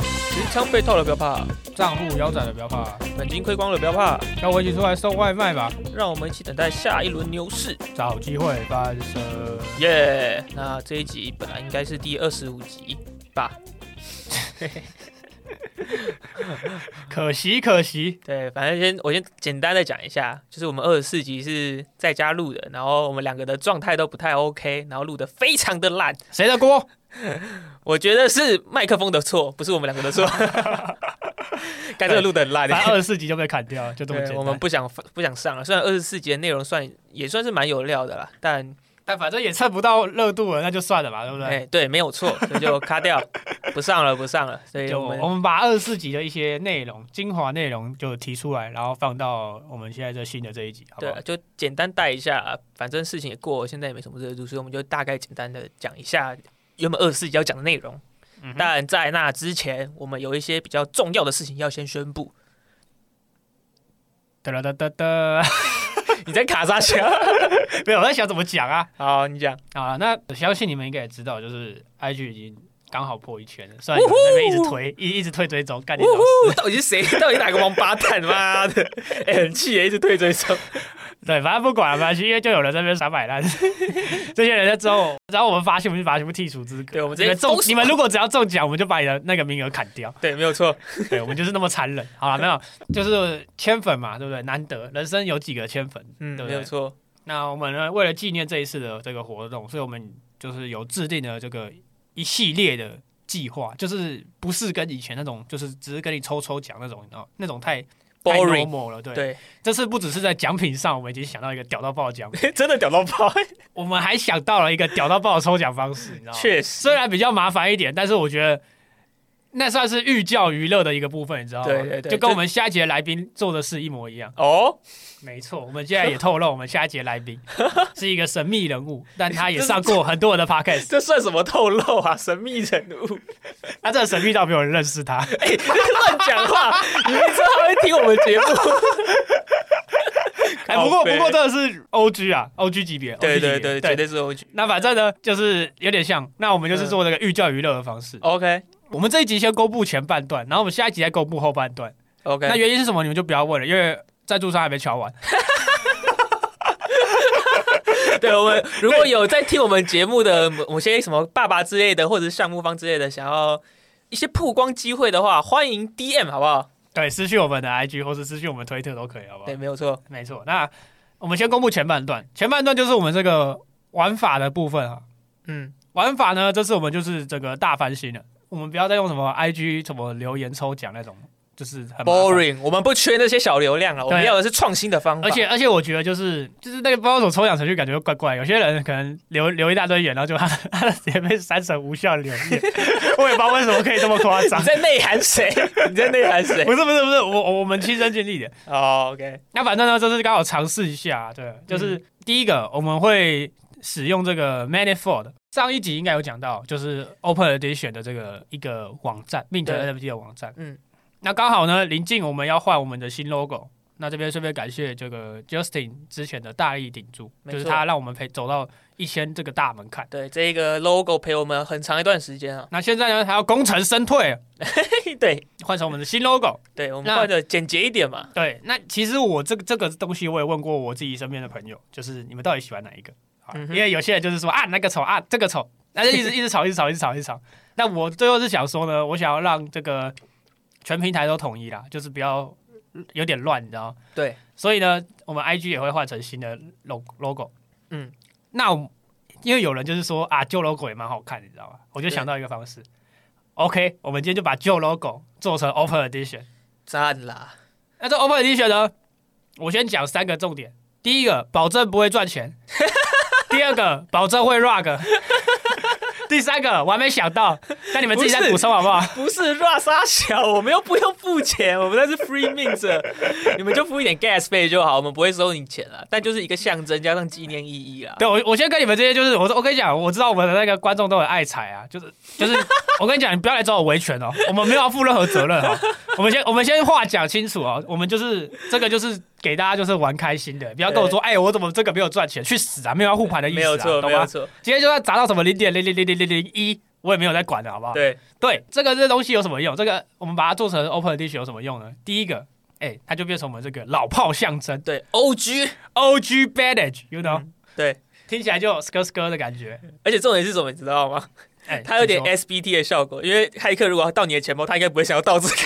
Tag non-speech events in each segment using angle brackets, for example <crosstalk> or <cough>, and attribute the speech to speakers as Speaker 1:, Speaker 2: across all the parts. Speaker 1: 持枪被套了不要怕，
Speaker 2: 账户腰斩了，不要怕，
Speaker 1: 本金亏光了不要怕，
Speaker 2: 跟我一起出来送外卖吧，
Speaker 1: 让我们一起等待下一轮牛市。
Speaker 2: 找机会翻身。
Speaker 1: 耶、那这一集本来应该是第二十五集吧？
Speaker 2: 可惜，可惜，
Speaker 1: 对，反正先我先简单的讲一下，就是我们二十四集是在家录的，然后我们两个的状态都不太 OK，然后录的非常的烂，
Speaker 2: 谁的锅？
Speaker 1: 我觉得是麦克风的错，不是我们两个的错。 <laughs> 该这个录的很烂、
Speaker 2: 反正二十四集就被砍掉了，就这么简
Speaker 1: 对，
Speaker 2: 单。
Speaker 1: 我们不想不想上了。虽然二十四集的内容算也算是蛮有料的啦，但
Speaker 2: 但反正也蹭不到热度了，那就算了吧，对不
Speaker 1: 哎、
Speaker 2: 对？
Speaker 1: 对，没有错，所以就卡掉，不上了，不上了。所以
Speaker 2: 就
Speaker 1: 我们
Speaker 2: 我们把二十四集的一些内容、精华内容就提出来，然后放到我们现在这新的这一集，好不
Speaker 1: 对
Speaker 2: 好
Speaker 1: 啊，？就简单带一下啊，反正事情也过了，现在也没什么热度，所以我们就大概简单的讲一下原本二十四集要讲的内容。
Speaker 2: 嗯哼
Speaker 1: 但在那之前，我们有一些比较重要的事情要先宣布。
Speaker 2: 哒哒哒哒哒， <laughs>
Speaker 1: 你在卡啥下？
Speaker 2: 没有，我在想怎么讲啊。
Speaker 1: <laughs> 好，你讲。
Speaker 2: 啊，那我相信你们应该也知道，就是 IG 已经刚好破一圈了，虽然你们那边一直推，一一直推追踪，干你老师。
Speaker 1: 呜呼，到底是谁？到底哪个王八蛋？妈的！哎、很气耶，一直退追踪。
Speaker 2: 对，反正不管了，反正因为就有人在那边耍
Speaker 1: <laughs>
Speaker 2: 摆烂，这些人在之后，然后我们发现，我们就把全部剔除资格。
Speaker 1: 对我们直
Speaker 2: 你
Speaker 1: 接
Speaker 2: 们中
Speaker 1: 封，锁
Speaker 2: 你们如果只要中奖，我们就把你的那个名额砍
Speaker 1: <laughs>
Speaker 2: 掉。
Speaker 1: 对，没有错。
Speaker 2: 对，我们就是那么残忍。好了，没有，就是圈粉嘛，对不对？难得人生有几个圈粉。
Speaker 1: 嗯，
Speaker 2: 对不
Speaker 1: 没
Speaker 2: 对
Speaker 1: 有错。
Speaker 2: 那我们呢，为了纪念这一次的这个活动，所以我们就是有制定了这个一系列的计划，就是不是跟以前那种，就是只是跟你抽抽奖那种，你知道那种太。太
Speaker 1: Boring，
Speaker 2: normal 了，对，
Speaker 1: 对，
Speaker 2: 这次不只是在奖品上，我们已经想到一个屌到爆的奖品，
Speaker 1: <laughs> 真的屌到爆，
Speaker 2: 我们还想到了一个屌到爆的抽奖方式，你知道吗？
Speaker 1: 确实。
Speaker 2: 虽然比较麻烦一点，但是我觉得那算是寓教于乐的一个部分，你知道吗？
Speaker 1: 对对对
Speaker 2: 就跟我们下一节来宾做的事一模一样。
Speaker 1: 哦，
Speaker 2: 没错，我们现在也透露，我们下一节来
Speaker 1: <laughs>
Speaker 2: 宾是一个神秘人物，但他也上过很多人的
Speaker 1: <laughs>
Speaker 2: podcast。
Speaker 1: 这算什么透露啊？神秘人物，
Speaker 2: 他真的啊神秘到没有人认
Speaker 1: <laughs>
Speaker 2: 识他。
Speaker 1: 哎、乱讲话！你明知道他会听我们节目，
Speaker 2: 哎，不过
Speaker 1: 靠北
Speaker 2: 不过真的是 O G 啊，O G 级
Speaker 1: <laughs>
Speaker 2: 别。
Speaker 1: 对对
Speaker 2: OG 级别
Speaker 1: 对，绝
Speaker 2: 对。
Speaker 1: 对嗯是 OG。
Speaker 2: 那反正呢，就是有点像。那我们就是做这个寓教于乐的方式。
Speaker 1: OK
Speaker 2: 我们这一集先公布前半段，然后我们下一集再公布后半段。那
Speaker 1: OK，
Speaker 2: 原因是什么？你们就不要问了，因为赞助商还没瞧完。
Speaker 1: <laughs> 对我们如果有在听我们节目的某些什么爸爸之类的，或者是项目方之类的，想要一些曝光机会的话，欢迎 DM 好不好？
Speaker 2: 对，私讯我们的 IG 或是私讯我们推特都可以，好不好
Speaker 1: 对，？没有错。
Speaker 2: 没错。那我们先公布前半段，前半段就是我们这个玩法的部分啊。
Speaker 1: 嗯，
Speaker 2: 玩法呢，这次我们就是这个大翻新了，我们不要再用什么 IG 什么留言抽奖那种，就是很麻烦
Speaker 1: boring，我们不缺那些小流量了，我们
Speaker 2: 对
Speaker 1: 要的是创新的方法。
Speaker 2: 而且而且我觉得就是就是那个包手抽奖程序感觉又怪怪，有些人可能留留一大堆言，然后就他 <laughs> 他的直接被删成无效
Speaker 1: <laughs>
Speaker 2: 留言，我也不知道为什么可以这么夸张
Speaker 1: 你。在内涵 <laughs> 谁？你在内涵 <laughs> 谁？
Speaker 2: 不是不是不是，我我我们亲身经历的，
Speaker 1: 哦，OK，
Speaker 2: 那反正呢，这次刚好尝试一下，对，就是、
Speaker 1: 嗯
Speaker 2: 第一个我们会使用这个 Manifold。上一集应该有讲到，就是 Open Edition 的这个一个网站，Mint
Speaker 1: 对
Speaker 2: NFT 的网站。
Speaker 1: 嗯，
Speaker 2: 那刚好呢，临近我们要换我们的新 logo。那这边顺便感谢这个 Justin 之前的大力顶住，
Speaker 1: 没
Speaker 2: 就
Speaker 1: 错
Speaker 2: 是他让我们陪走到一千这个大门槛。
Speaker 1: 对，这个 logo 陪我们很长一段时间啊。
Speaker 2: 那现在呢，他要功成身退，
Speaker 1: 对，
Speaker 2: 换成我们的新 logo。
Speaker 1: 对，我们
Speaker 2: 那
Speaker 1: 换的简洁一点嘛。
Speaker 2: 对，那其实我这个这个东西，我也问过我自己身边的朋友，就是你们到底喜欢哪一个？啊
Speaker 1: 嗯哼
Speaker 2: 因为有些人就是说啊，那个丑啊，这
Speaker 1: <laughs>
Speaker 2: 个丑，那就一直一直吵，一直吵，一直吵，一直吵。那我最后是想说呢，我想要让这个全平台都统一啦，就是不要有点乱，你知道吗？
Speaker 1: 对，
Speaker 2: 所以呢，我们 IG 也会换成新的 logo logo。
Speaker 1: 嗯，
Speaker 2: 那我因为有人就是说啊，旧 logo 也蛮好看，你知道吗？我就想到一个方式，OK，我们今天就把旧 logo 做成 Open Edition。
Speaker 1: 赞啦！
Speaker 2: 那这 Open Edition 呢，我先讲三个重点。第一个，保证不会赚钱；第二个，保证会 rug； <laughs> 第三个我还没想到，那你们自己再补充好不好？
Speaker 1: 不是 r 沙小，我们又不用付钱，我们那是 free mint，你
Speaker 2: <laughs>
Speaker 1: 们就付一点 gas 费就好，我们不会收你钱了。但就是一个象征加上纪念意义啦。
Speaker 2: 对我，我先跟你们这些就是，我说我跟你讲，我知道我们的那个观众都很爱踩啊，就是就是，我跟你讲，你不要来找我维权哦，我们没有要负任何责任哦。我们先我们先话讲清楚哦，我们就是这个就是给大家就是玩开心的，不要跟我说，哎，我怎么这个没有赚钱，去死啊，没有要护盘的意思、啊，
Speaker 1: 没有错，
Speaker 2: 懂
Speaker 1: 没
Speaker 2: 吗
Speaker 1: 有？错，
Speaker 2: 今天就算砸到什么零点零零零零零零一，我也没有在管的，好不好？
Speaker 1: 对，
Speaker 2: 对，这个这东西有什么用？这个我们把它做成 Open Edition 有什么用呢？第一个，哎、它就变成我们这个老炮象征
Speaker 1: 对，O G，
Speaker 2: ，OG bandage，you know，、
Speaker 1: 嗯对，
Speaker 2: 听起来就有 skr skr 的感觉。
Speaker 1: 而且重点是什么，你知道
Speaker 2: <laughs>
Speaker 1: 吗？
Speaker 2: 哎、
Speaker 1: <laughs> 它有点
Speaker 2: 请说
Speaker 1: SBT 的效果，因为骇客如果要盗你的钱包，他应该不会想要盗这个。 <laughs>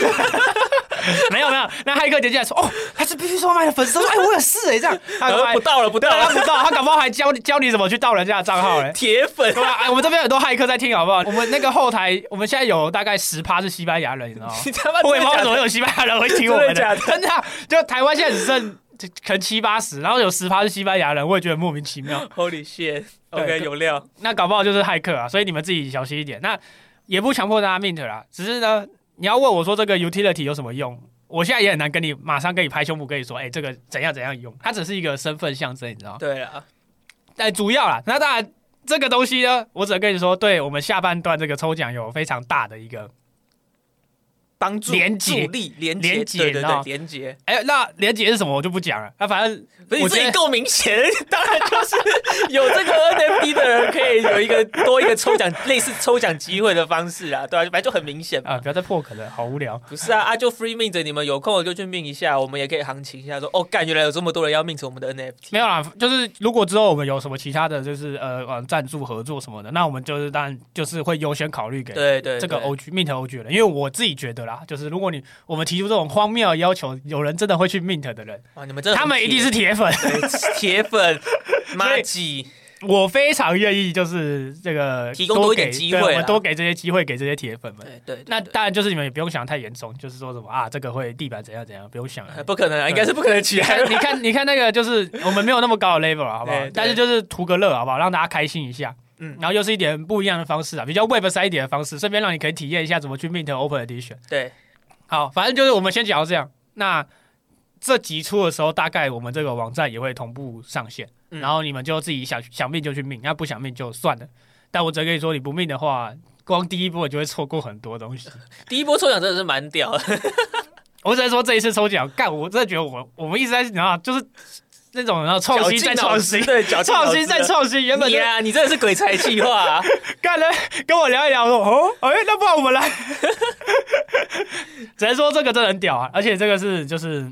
Speaker 2: 没有没有，那骇客点进来说，哦，他是必须说卖的粉丝，说哎、我有事哎、这样， <laughs> 他
Speaker 1: <laughs> 然
Speaker 2: 说
Speaker 1: 后
Speaker 2: 哎
Speaker 1: 不盗了，不盗
Speaker 2: 他 <laughs>
Speaker 1: 了，
Speaker 2: 不知道，他搞不好还教你教你怎么去盗人家的账号嘞、
Speaker 1: <laughs> 铁粉啊
Speaker 2: 对吧？哎，我们这边有很多骇客在听，好不好？我们那个后台，我们现在有大概十趴是西班牙人，你知道吗？
Speaker 1: 你他 <laughs> 妈
Speaker 2: 我也
Speaker 1: 真
Speaker 2: 不
Speaker 1: 的假
Speaker 2: 知道为什么
Speaker 1: 的？
Speaker 2: 有西班牙人会听我们的，
Speaker 1: 真的假的
Speaker 2: <laughs> 真的啊、就台湾现在只剩就可能七八十，然后有十趴是西班牙人，我也觉得莫名其
Speaker 1: <laughs>
Speaker 2: 妙。
Speaker 1: Holy
Speaker 2: <laughs>
Speaker 1: shit！OK，
Speaker 2: 哦对
Speaker 1: 有料，
Speaker 2: 那搞不好就是骇客啊，所以你们自己小心一点。那也不强迫大家 mint 啦，只是呢，你要问我说这个 utility 有什么用，我现在也很难跟你马上跟你拍胸脯跟你说，哎、这个怎样怎样用，它只是一个身份象征，你知道吗？
Speaker 1: 对啊，
Speaker 2: 但主要啦，那当然这个东西呢，我只能跟你说，对我们下半段这个抽奖有非常大的一个
Speaker 1: 帮助、
Speaker 2: 连结
Speaker 1: 助力、连
Speaker 2: 连
Speaker 1: 结
Speaker 2: 结
Speaker 1: 对对
Speaker 2: 你知道
Speaker 1: 对，
Speaker 2: 吗
Speaker 1: 连结。
Speaker 2: 哎、那连结是什么我就不讲了，那、反正
Speaker 1: 不是你
Speaker 2: 我
Speaker 1: 自
Speaker 2: 觉
Speaker 1: 己
Speaker 2: 得
Speaker 1: 够明显， <laughs> 当然就是有这个 NFT 的人可以有一个多一个抽奖，类似抽奖机会的方式啊，对啊，反正就很明显嘛。
Speaker 2: 啊、不要再破梗了，好无聊。
Speaker 1: 不是啊，啊就 free mint，你们有空的就去 mint 一下，我们也可以行情一下说，哦，干，原来有这么多人要 mint 我们的 NFT，
Speaker 2: 没有啦，就是如果之后我们有什么其他的就是呃呃赞助合作什么的，那我们就是当然就是会优先考虑给
Speaker 1: 对对，
Speaker 2: 这个
Speaker 1: 对
Speaker 2: OG Mint OG 的人，因为我自己觉得啦，就是如果你我们提出这种荒谬的要求，有人真的会去 Mint
Speaker 1: <laughs>
Speaker 2: 的人，
Speaker 1: 哇，你们真的
Speaker 2: 他
Speaker 1: 很
Speaker 2: 们一定是铁粉。 <laughs>
Speaker 1: 对铁粉妈
Speaker 2: 所以
Speaker 1: 鸡，
Speaker 2: 我非常愿意就是这个
Speaker 1: 提供多一点
Speaker 2: 给
Speaker 1: 机
Speaker 2: 对
Speaker 1: 会
Speaker 2: 我们
Speaker 1: 啦
Speaker 2: 多给这些机会给这些铁粉们。
Speaker 1: 对对，
Speaker 2: 那
Speaker 1: 对
Speaker 2: 当然就是你们也不用想太严重，就是说什么啊这个会地板怎样怎样，不用想了。
Speaker 1: 不可能啊，应该是不可能起
Speaker 2: 你
Speaker 1: 来
Speaker 2: 看，
Speaker 1: 了。
Speaker 2: <laughs> 你看，你看嗯那个，就是我们没有那么高的 level 啊了，好不好
Speaker 1: 哎对对？
Speaker 2: 但是就是图个乐，好不好？让大家开心一下，
Speaker 1: 嗯
Speaker 2: 嗯，然后又是一点不一样的方式啊，比较 Web 三一点的方式，顺便让你可以体验一下怎么去 mint Open Edition。
Speaker 1: 对，
Speaker 2: 好，反正就是我们先讲到这样。那这集出的时候，大概我们这个网站也会同步上线，
Speaker 1: 嗯
Speaker 2: 然后你们就自己想想命就去命，那不想命就算了。但我只跟你说，你不命的话，光第一波你就会错过很多东西。 <laughs>
Speaker 1: 第一波抽奖真的是蛮屌的，
Speaker 2: 我只能说这一次抽奖，干，我真的觉得我我们一直在你知道，就是那种然后创新在创新，
Speaker 1: 对，绞尽脑
Speaker 2: 创
Speaker 1: 汁
Speaker 2: 新再创新，原本
Speaker 1: 你啊
Speaker 2: 就
Speaker 1: 呀、你真的是鬼才计划、啊，
Speaker 2: <laughs> 干了，跟我聊一聊，我说哦，哎、那不然我们来， <laughs> 只能说这个真的很屌啊，而且这个是就是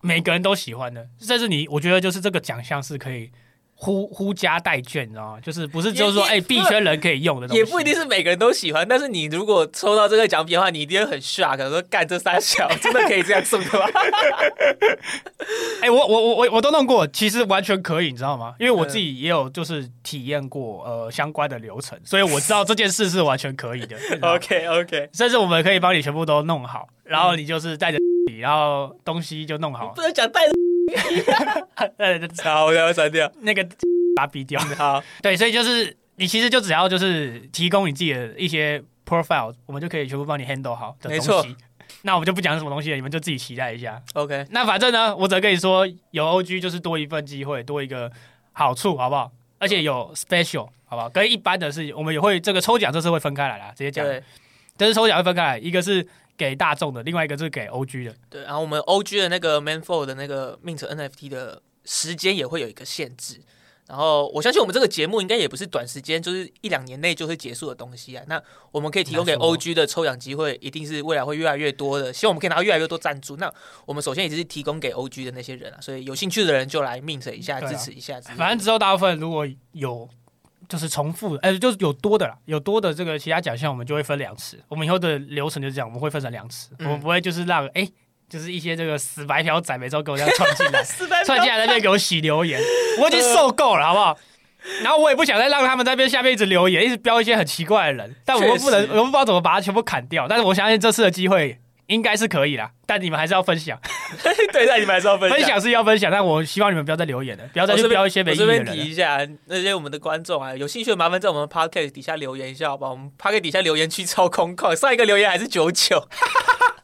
Speaker 2: 每个人都喜欢的，这是你，我觉得就是这个奖项是可以呼呼家带眷，你知道吗？就是不是就是说
Speaker 1: 也
Speaker 2: 哎、
Speaker 1: 也
Speaker 2: 币圈人可以用的东西，
Speaker 1: 也不一定是每个人都喜欢，但是你如果抽到这个奖品的话，你一定会很 shock，说干这三小真的可以这样送
Speaker 2: <laughs>
Speaker 1: 的吗？
Speaker 2: 哎、我我我我我都弄过，其实完全可以，你知道吗？因为
Speaker 1: 嗯
Speaker 2: 我自己也有就是体验过呃相关的流程，所以我知道这件事是完全可以的。你知道吗
Speaker 1: <laughs> OK OK，
Speaker 2: 甚至我们可以帮你全部都弄好，然
Speaker 1: 嗯
Speaker 2: 后你就是带着你，然后东西就弄好
Speaker 1: <laughs> 不，能讲带着，
Speaker 2: 呃，
Speaker 1: <laughs> 好，我要删掉。
Speaker 2: 那个把它逼掉。
Speaker 1: 好，
Speaker 2: 对，所以就是你其实就只要就是提供你自己的一些 profile，我们就可以全部帮你 handle 好的
Speaker 1: 没
Speaker 2: 东
Speaker 1: 错
Speaker 2: 西。那我们就不讲什么东西了，你们就自己期待一下。
Speaker 1: <laughs> OK，
Speaker 2: 那反正呢，我只能跟你说，有 OG 就是多一份机会，多一个好处，好不好？而且有
Speaker 1: 嗯
Speaker 2: special，好不好？跟一般的是，我们也会这个抽奖，这次会分开来啦，直接讲。
Speaker 1: 对
Speaker 2: 这次抽奖会分开来，一个是给大众的，另外一个是给 OG 的。
Speaker 1: 对，然后我们 OG 的那个 Man Four 的那个 Mint NFT 的时间也会有一个限制。然后我相信我们这个节目应该也不是短时间，就是一两年内就会结束的东西啊。那我们可以提供给
Speaker 2: 难说
Speaker 1: OG 的抽奖机会，一定是未来会越来越多的。希望我们可以拿到越来越多赞助。那我们首先也就是提供给 OG 的那些人啊，所以有兴趣的人就来 mint 一下，
Speaker 2: 对啊
Speaker 1: 支持一下之类的。
Speaker 2: 反正之后大部分如果有就是重复的，呃，就是有多的啦，有多的这个其他奖项，我们就会分两次。我们以后的流程就是这样，我们会分成两次，
Speaker 1: 嗯
Speaker 2: 我们不会就是让哎、就是一些这个死白嫖仔每周
Speaker 1: <laughs>
Speaker 2: 给我这样窜进来，
Speaker 1: 四百
Speaker 2: 窜进来在那边给我洗留言，我已经
Speaker 1: 呃
Speaker 2: 受够了，好不好？然后我也不想再让他们在那边下面一直留言，一直标一些很奇怪的人，但我们不能，
Speaker 1: 确实
Speaker 2: 我们不知道怎么把它全部砍掉。但是我相信这次的机会应该是可以啦，但你们还是要分享，
Speaker 1: <laughs> 对，那你们还是要分
Speaker 2: 分
Speaker 1: 享。
Speaker 2: 享是要分享，但我希望你们不要再留言了，不要再
Speaker 1: 我
Speaker 2: 去
Speaker 1: 这边
Speaker 2: 标一些没
Speaker 1: 我
Speaker 2: 意义的
Speaker 1: 这
Speaker 2: 人啊
Speaker 1: 边
Speaker 2: 了
Speaker 1: 提。一下，那些我们的观众啊，有兴趣的麻烦在我们 podcast 底下留言一下，好吧？我们 podcast 底下留言区超空旷，上一个留言还是九九，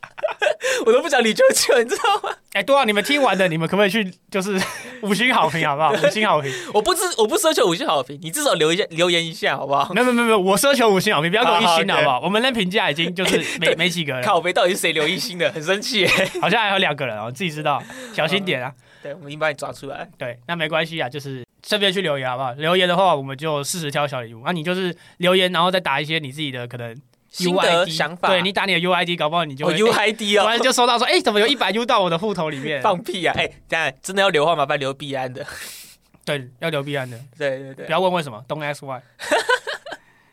Speaker 1: <laughs> 我都不想理九九，你知道吗？
Speaker 2: 哎、对啊，你们听完的，你们可不可以去就是 <laughs> 五星好评好不好？五星好评，
Speaker 1: 我不知我不奢求五星好评，你至少留一下留言一下，好不好？
Speaker 2: 没有没有没有没有，我奢求五星好评，不要给我一星
Speaker 1: 好好
Speaker 2: 好不好？我们的评价已经就是没没几个了，
Speaker 1: 看我背到底是谁留一星的，很生气耶。
Speaker 2: <laughs> 好像还有两个人哦，自己知道，小心点啊。
Speaker 1: 对，我们已经把你抓出来。
Speaker 2: 对，那没关系啊，就是顺便去留言好不好？留言的话，我们就适时挑小礼物。啊那、你就是留言，然后再打一些你自己的可能
Speaker 1: 心得
Speaker 2: UID
Speaker 1: 想法，
Speaker 2: 对你打你的 UID，搞不好你就
Speaker 1: 哦
Speaker 2: 会、
Speaker 1: UID
Speaker 2: <laughs> 突
Speaker 1: 哦
Speaker 2: 然，就收到说，哎、怎么有一百 U 到我的户头里面？
Speaker 1: 放屁啊！哎，等一下真的要留话，麻烦留币安的。 <laughs>
Speaker 2: 对，要留币安的，
Speaker 1: 对对对
Speaker 2: 不，要问为什么，Don't ask why。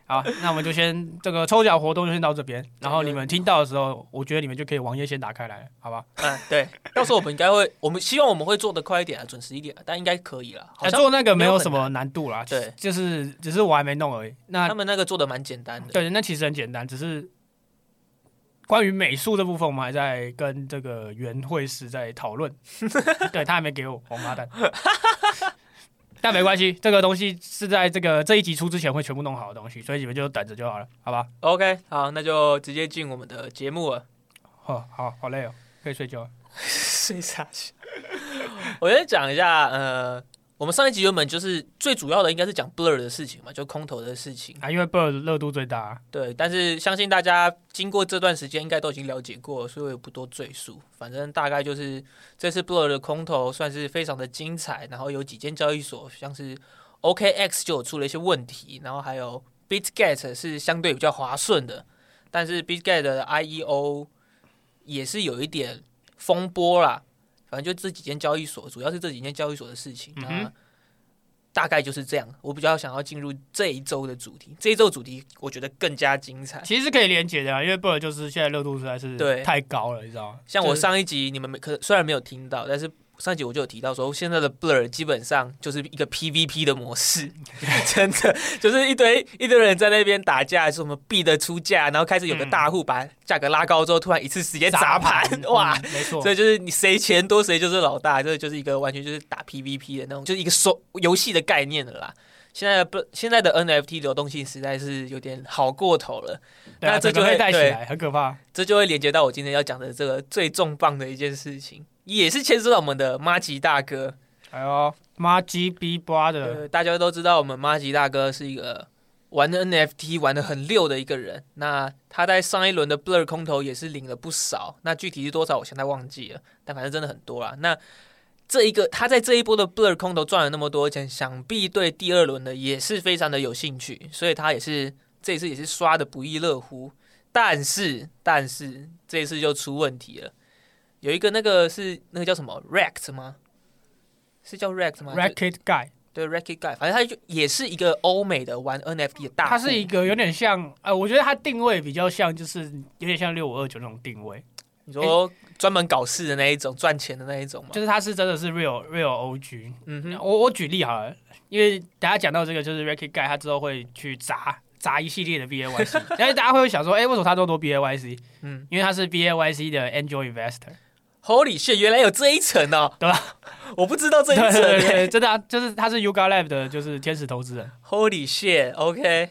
Speaker 2: 好，那我们就先这个抽奖活动就先到这边，然后你们听到的时候，我觉得你们就可以网页先打开来了，好吧？
Speaker 1: 嗯，对，到时候我们应该会，我们希望我们会做的快一点啊，准时一点啊，但应该可以了。好
Speaker 2: 哎
Speaker 1: 像
Speaker 2: 做那个没
Speaker 1: 没有
Speaker 2: 有
Speaker 1: 很
Speaker 2: 什么难度啦，
Speaker 1: 对，
Speaker 2: 就是只是我还没弄而已。那
Speaker 1: 他们那个做的蛮简单的，
Speaker 2: 对，那其实很简单，只是关于美术这部分，我们还在跟这个袁会师在讨
Speaker 1: <laughs>
Speaker 2: 论。对他还没给我，王八蛋。 <laughs> 但没关系，这个东西是在这个这一集出之前会全部弄好的东西，所以你们就等着就好了，好吧？
Speaker 1: OK，好，那就直接进我们的节目了。
Speaker 2: 哦，好好累哦，可以睡觉了。
Speaker 1: 睡下去。我先讲一下，呃，我们上一集原本就是最主要的应该是讲 Blur 的事情嘛，就空投的事情。
Speaker 2: 啊，因为 Bird 热度最大、啊，
Speaker 1: 对，但是相信大家经过这段时间应该都已经了解过了，所以我也不多赘述。反正大概就是这次 Blur 的空投算是非常的精彩，然后有几间交易所像是 OKX 就有出了一些问题，然后还有 BitGet 是相对比较滑顺的，但是 BitGet 的 IEO 也是有一点风波啦。反正就这几间交易所，主要是这几间交易所的事情。
Speaker 2: 嗯
Speaker 1: 那、
Speaker 2: 哼
Speaker 1: 大概就是这样。我比较想要进入这一周的主题，这一周主题我觉得更加精彩。
Speaker 2: 其实是可以连接的啊，因为 Bird 就是现在热度实在是
Speaker 1: 对
Speaker 2: 太高了，你知道吗？
Speaker 1: 像我
Speaker 2: 就是
Speaker 1: 上一集你们没可虽然没有听到，但是上一集我就有提到说，现在的 Blur 基本上就是一个 PVP 的模
Speaker 2: <laughs>
Speaker 1: 式，真的就是一堆一堆人在那边打架，什么币的出价，然后开始有个
Speaker 2: 嗯
Speaker 1: 大户把价格拉高之后，突然一次直接砸盘，哇！
Speaker 2: 嗯没错
Speaker 1: 所，以就是你谁钱多谁就是老大，这就是一个完全就是打 PVP 的那种，就是一个手游戏的概念了啦。现在的不，现在的 NFT 流动性实在是有点好过头了，
Speaker 2: 对啊
Speaker 1: 那这
Speaker 2: 整个
Speaker 1: 就
Speaker 2: 会
Speaker 1: 会
Speaker 2: 带起
Speaker 1: 对
Speaker 2: 来，很可怕。
Speaker 1: 这就会连接到我今天要讲的这个最重磅的一件事情，也是牵涉到我们的妈吉大哥。
Speaker 2: 哎呦，妈鸡逼巴的，
Speaker 1: 呃，大家都知道我们妈吉大哥是一个玩 NFT 玩的很溜的一个人。那他在上一轮的 Blur 空投也是领了不少，那具体是多少我现在忘记了，但反正真的很多啦。那这一个他在这一波的 Blur 空投赚了那么多钱，想必对第二轮的也是非常的有兴趣，所以他也是这一次也是刷的不亦乐乎。但是但是这一次就出问题了，有一个那个是那个叫什么 Rect 吗？是叫 Rect 吗
Speaker 2: Racket Guy，
Speaker 1: 对 Racket Guy，反正他就也是一个欧美的玩 NFT 的大户，
Speaker 2: 他是一个有点像，呃，我觉得他定位比较像，就是有点像六五二九那种定位，
Speaker 1: 你说专门搞事的那一种，赚钱的那一种嘛。
Speaker 2: 就是他是真的是 real real OG。
Speaker 1: 嗯哼，
Speaker 2: 我我举例好了，因为大家讲到这个就是 Racket Guy，他之后会去砸砸一系列
Speaker 1: <laughs>
Speaker 2: 的 BAYC，然后大家会想说，哎、为什么他这么多 BAYC？
Speaker 1: 嗯
Speaker 2: 因为他是 BAYC 的 Angel Investor。
Speaker 1: ，Holy shit，原来有这一层哦，
Speaker 2: 对
Speaker 1: 吧？我不知道这一层
Speaker 2: 对对对，
Speaker 1: 欸
Speaker 2: 真的、啊，就是他是 Yuga Lab 的，就是天使投资人。
Speaker 1: ，Holy shit，OK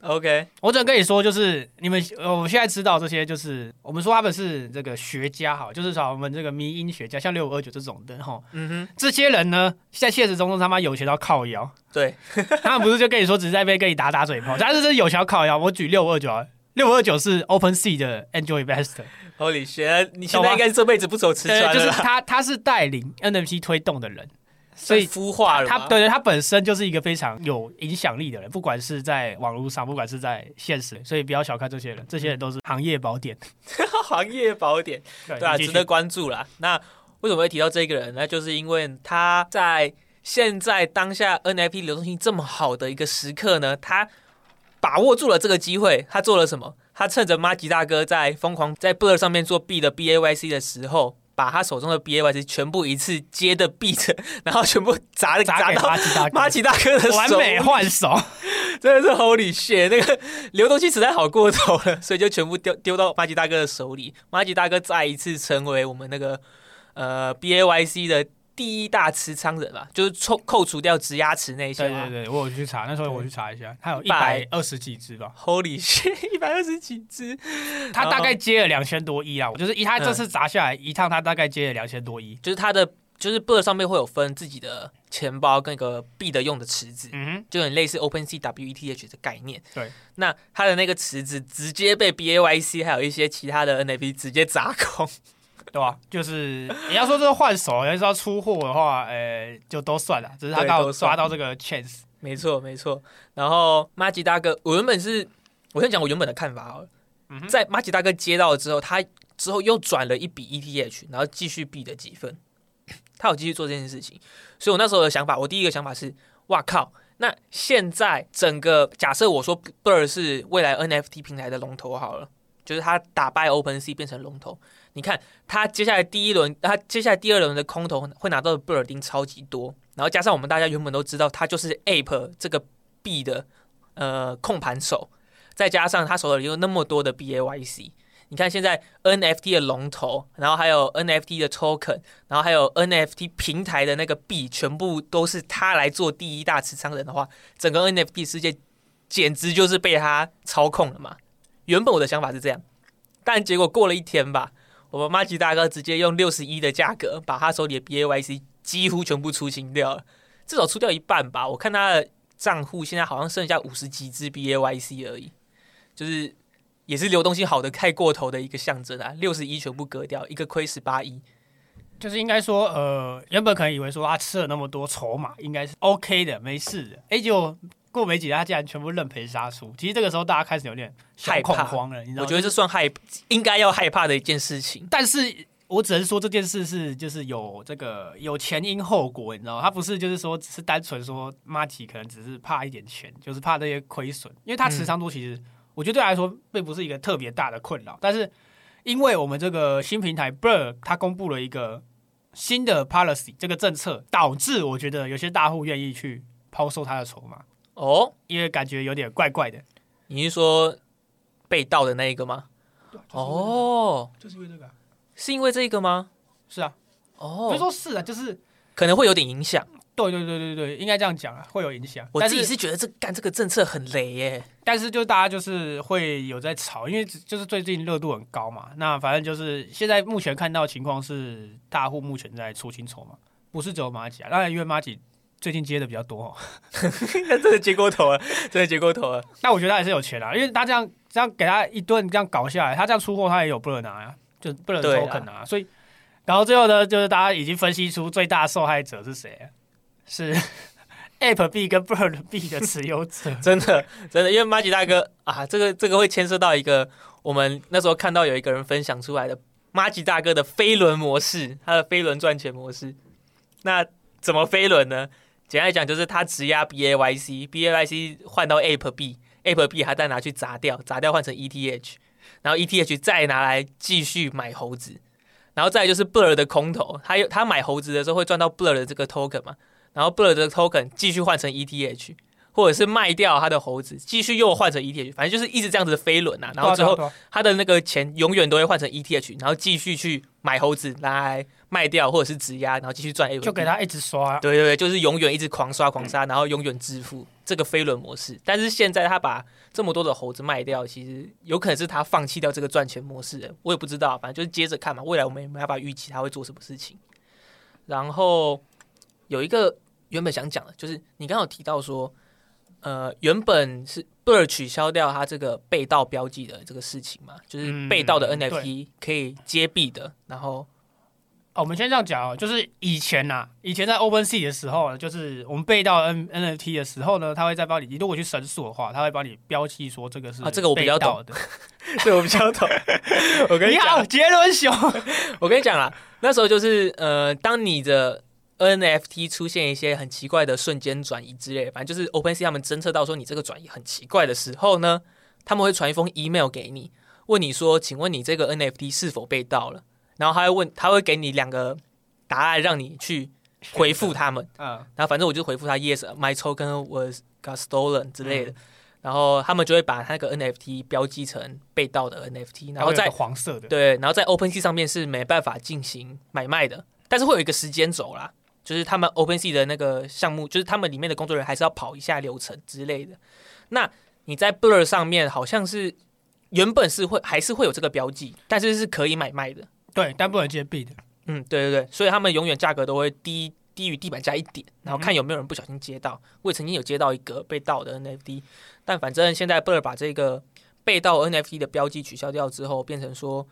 Speaker 1: OK，
Speaker 2: 我只能跟你说，就是你们，呃我现在知道这些，就是我们说他们是这个学家，好，就是说我们这个迷音学家，像六五二九这种的，哈，
Speaker 1: 嗯
Speaker 2: 这些人呢，在现实中都他妈有钱到靠腰，
Speaker 1: 哼，对，
Speaker 2: <laughs> 他们不是就跟你说只是在那边跟你打打嘴炮，但是这有钱到靠腰。我举六五二九啊，六五二九是 Open Sea 的 Angel Investor，
Speaker 1: ，Holy shit，你现
Speaker 2: 懂吗
Speaker 1: 在应该这辈子不愁吃穿
Speaker 2: 对，
Speaker 1: 了
Speaker 2: 就是
Speaker 1: 啦，
Speaker 2: 他他是带领 NFT 推动的人，所以
Speaker 1: 算孵化了
Speaker 2: 他
Speaker 1: 嘛。
Speaker 2: 对对，他本身就是一个非常有影响力的人，不管是在网络上，不管是在现实，所以不要小看这些人，这些人都是行业宝典。
Speaker 1: 行业宝典，
Speaker 2: 对
Speaker 1: 对啊，
Speaker 2: 你继续
Speaker 1: 值得关注啦。那为什么会提到这个人？那就是因为他在现在当下 NFT 流动性这么好的一个时刻呢，他把握住了这个机会，他做了什么？他趁着马吉大哥在疯狂在 Blur 上面做 B 的 BAYC 的时候，把他手中的 BAYC 全部一次接的 B <laughs> 着，然后全部砸
Speaker 2: 砸给
Speaker 1: 到 <laughs>
Speaker 2: 马吉大哥，
Speaker 1: 马吉大哥的手
Speaker 2: 完美啊
Speaker 1: <laughs> 里
Speaker 2: 换手，
Speaker 1: 真的是 Holy shit！那个流动性实在好过头了，所以就全部丢丢到马吉大哥的手里。马吉大哥再一次成为我们那个呃 BAYC 的第一大持仓人吧，就是扣扣除掉直压池那些
Speaker 2: 对
Speaker 1: 嘛
Speaker 2: 对。对，我有去查，那时候我去查一下，他有
Speaker 1: 100
Speaker 2: 一百二十几只吧，
Speaker 1: Holy shit！一百 <laughs> 二十几只，
Speaker 2: 他大
Speaker 1: 嗯
Speaker 2: 概接了两千多亿啊，我就是一他这次砸下来一趟，他大概接了两千多亿。
Speaker 1: 就是它的就是 Bird 上面会有分自己的钱包跟一个币的用的池子，
Speaker 2: 嗯
Speaker 1: 就很类似 OpenSea WETH 的概念。
Speaker 2: 对，
Speaker 1: 那它的那个池子直接被 BAYC 还有一些其他的 NFT 直接砸空。
Speaker 2: 哼，对吧？就是你要说这是换手，要说出货的话，呃，就都算了，只是他
Speaker 1: 对
Speaker 2: 刚好
Speaker 1: 都算嗯
Speaker 2: 抓到这个 chance。
Speaker 1: 没错，没错。然后马吉大哥，我原本是我先讲我原本的看法好了。
Speaker 2: 嗯哼
Speaker 1: 在马吉大哥接到了之后，他之后又转了一笔 ETH，然后继续 B 的几份， <clears throat> 他有继续做这件事情。所以我那时候的想法，我第一个想法是，哇靠！那现在整个假设我说 Bird 是未来 NFT 平台的龙头好了，就是他打败 OpenSea 变成龙头。你看他接下来第一轮，他接下来第二轮的空投会拿到的 Bird 丁超级多，然后加上我们大家原本都知道他就是 Ape 这个币的呃控盘手，再加上他手里有那么多的 BAYC，你看现在 NFT 的龙头，然后还有 NFT 的 token，然后还有 NFT 平台的那个币，全部都是他来做第一大持仓人的话，整个 NFT 世界简直就是被他操控了嘛。原本我的想法是这样，但结果过了一天吧，我们马吉大哥直接用六十一的价格把他手里的 BAYC 几乎全部出清掉了，至少出掉一半吧。我看他的账户现在好像剩下五十几只 BAYC 而已，就是也是流动性好的太过头的一个象征啊。六十一全部割掉，一个亏十八亿，
Speaker 2: 就是应该说，呃，原本可能以为说他吃了那么多筹码，应该是 OK 的，没事的。哎、结果过没几天，他竟然全部认赔杀出。其实这个时候大家开始有点小
Speaker 1: 害
Speaker 2: 恐
Speaker 1: 怕
Speaker 2: 慌了，你知道
Speaker 1: 我
Speaker 2: 吗？
Speaker 1: 觉得这算害，应该要害怕的一件事情。
Speaker 2: 但是我只能说这件事是就是有这个有前因后果，你知道吗？他不是就是说只是单纯说马吉可能只是怕一点钱，就是怕这些亏损，因为他持仓多其实、我觉得对他来说并不是一个特别大的困
Speaker 1: 嗯
Speaker 2: 扰，但是因为我们这个新平台 Blur 它公布了一个新的 policy 这个政策，导致我觉得有些大户愿意去抛售他的筹码，
Speaker 1: 哦，
Speaker 2: 因为感觉有点怪怪的。
Speaker 1: 你是说被盗的那一个吗？哦，
Speaker 2: 就是因为这个啊，
Speaker 1: 是因为这个吗？
Speaker 2: 是啊，不是
Speaker 1: 哦，
Speaker 2: 说是啊，就是
Speaker 1: 可能会有点影响。
Speaker 2: 对对对对对，应该这样讲啊，会有影响。
Speaker 1: 我
Speaker 2: 但
Speaker 1: 自己是觉得这干这个政策很雷耶。
Speaker 2: 但是就大家就是会有在吵，因为只就是最近热度很高嘛。那反正就是现在目前看到的情况是，大户目前在出清筹嘛，不是只有马吉啊。当然，因为马吉最近接的比较多、哦， <laughs>
Speaker 1: 那真的接过头了，真的接过头了。
Speaker 2: 那我觉得他也是有钱啊啦、因为他这样这样给他一顿这样搞下来，他这样出货他也有不能拿呀、就不能
Speaker 1: 对啦。
Speaker 2: token 啊。所以，然后最后呢，就是大家已经分析出最大受害者是谁啊，是 <laughs> App B 跟 Bird B 的持有者
Speaker 1: 真的，真的，因为马吉大哥啊，这个这个会牵涉到一个我们那时候看到有一个人分享出来的马吉大哥的飞轮模式，他的飞轮赚钱模式。那怎么飞轮呢？简单来讲，就是他质押 BAYC，BAYC 换到 App B，App B 还再拿去砸掉，砸掉换成 ETH，然后 ETH 再拿来继续买猴子，然后再来就是 Blur 的空投，他有他买猴子的时候会赚到 Blur 的这个 token 嘛，然后 Blur 的 token 继续换成 ETH，或者是卖掉他的猴子，继续又换成 ETH，反正就是一直这样子的飞轮啊， <laughs> 然后最后
Speaker 2: 对啊对啊对啊
Speaker 1: 他的那个钱永远都会换成 ETH，然后继续去买猴子来卖掉或者是质押，然后继续赚 A
Speaker 2: 就给。他一直刷
Speaker 1: <laughs>
Speaker 2: 啊、
Speaker 1: 对对对，就是永远一直狂刷狂杀，然后永远致富这个飞轮模式。但是现在他把这么多的猴子卖掉，其实有可能是他放弃掉这个赚钱模式的，我也不知道，反正就是接着看嘛。未来我们也没办法预期他会做什么事情。然后有一个原本想讲的，就是你刚刚有提到说，呃，原本是 Bird 取消掉他这个被盗标记的这个事情嘛，就是
Speaker 2: 嗯
Speaker 1: 被盗的
Speaker 2: 对
Speaker 1: NFT 可以接币的，然后
Speaker 2: 哦，我们先这样讲哦，就是以前呐、以前在 Open Sea 的时候呢，就是我们背到 N NFT 的时候呢，他会再帮你，你如果去申诉的话，他会帮你标记说这个是
Speaker 1: 啊这个我比较
Speaker 2: 被盗的。
Speaker 1: 对我比较 <laughs> 懂。我跟
Speaker 2: 你好，杰伦熊，
Speaker 1: <laughs> 我跟你讲啦，那时候就是呃，当你的 NFT 出现一些很奇怪的瞬间转移之类，反正就是 OpenSea 他们侦测到说你这个转移很奇怪的时候呢，他们会传一封 email 给你，问你说，请问你这个 NFT 是否被盗了？然后他会问，他会给你两个答案让你去回复他们，
Speaker 2: <laughs> 嗯，
Speaker 1: 然后反正我就回复他 yes my token was got stolen 之类的，然后他们就会把那个 NFT 标记成被盗的 NFT，然后
Speaker 2: 它会
Speaker 1: 在
Speaker 2: 有个黄色的，
Speaker 1: 对，然后在 OpenSea 上面是没办法进行买卖的，但是会有一个时间轴啦，就是他们 OpenSea 的那个项目，就是他们里面的工作人员还是要跑一下流程之类的。那你在 Blur 上面好像是原本是会还是会有这个标记，但是是可以买卖的。
Speaker 2: 对，但不能接币的，
Speaker 1: 嗯，对对对，所以他们永远价格都会低低于地板价一点，然后
Speaker 2: 嗯哼
Speaker 1: 看有没有人不小心接到。我也曾经有接到一个被盗的 NFT，但反正现在 Blur 把这个被盗 NFT 的标记取消掉之后，变成说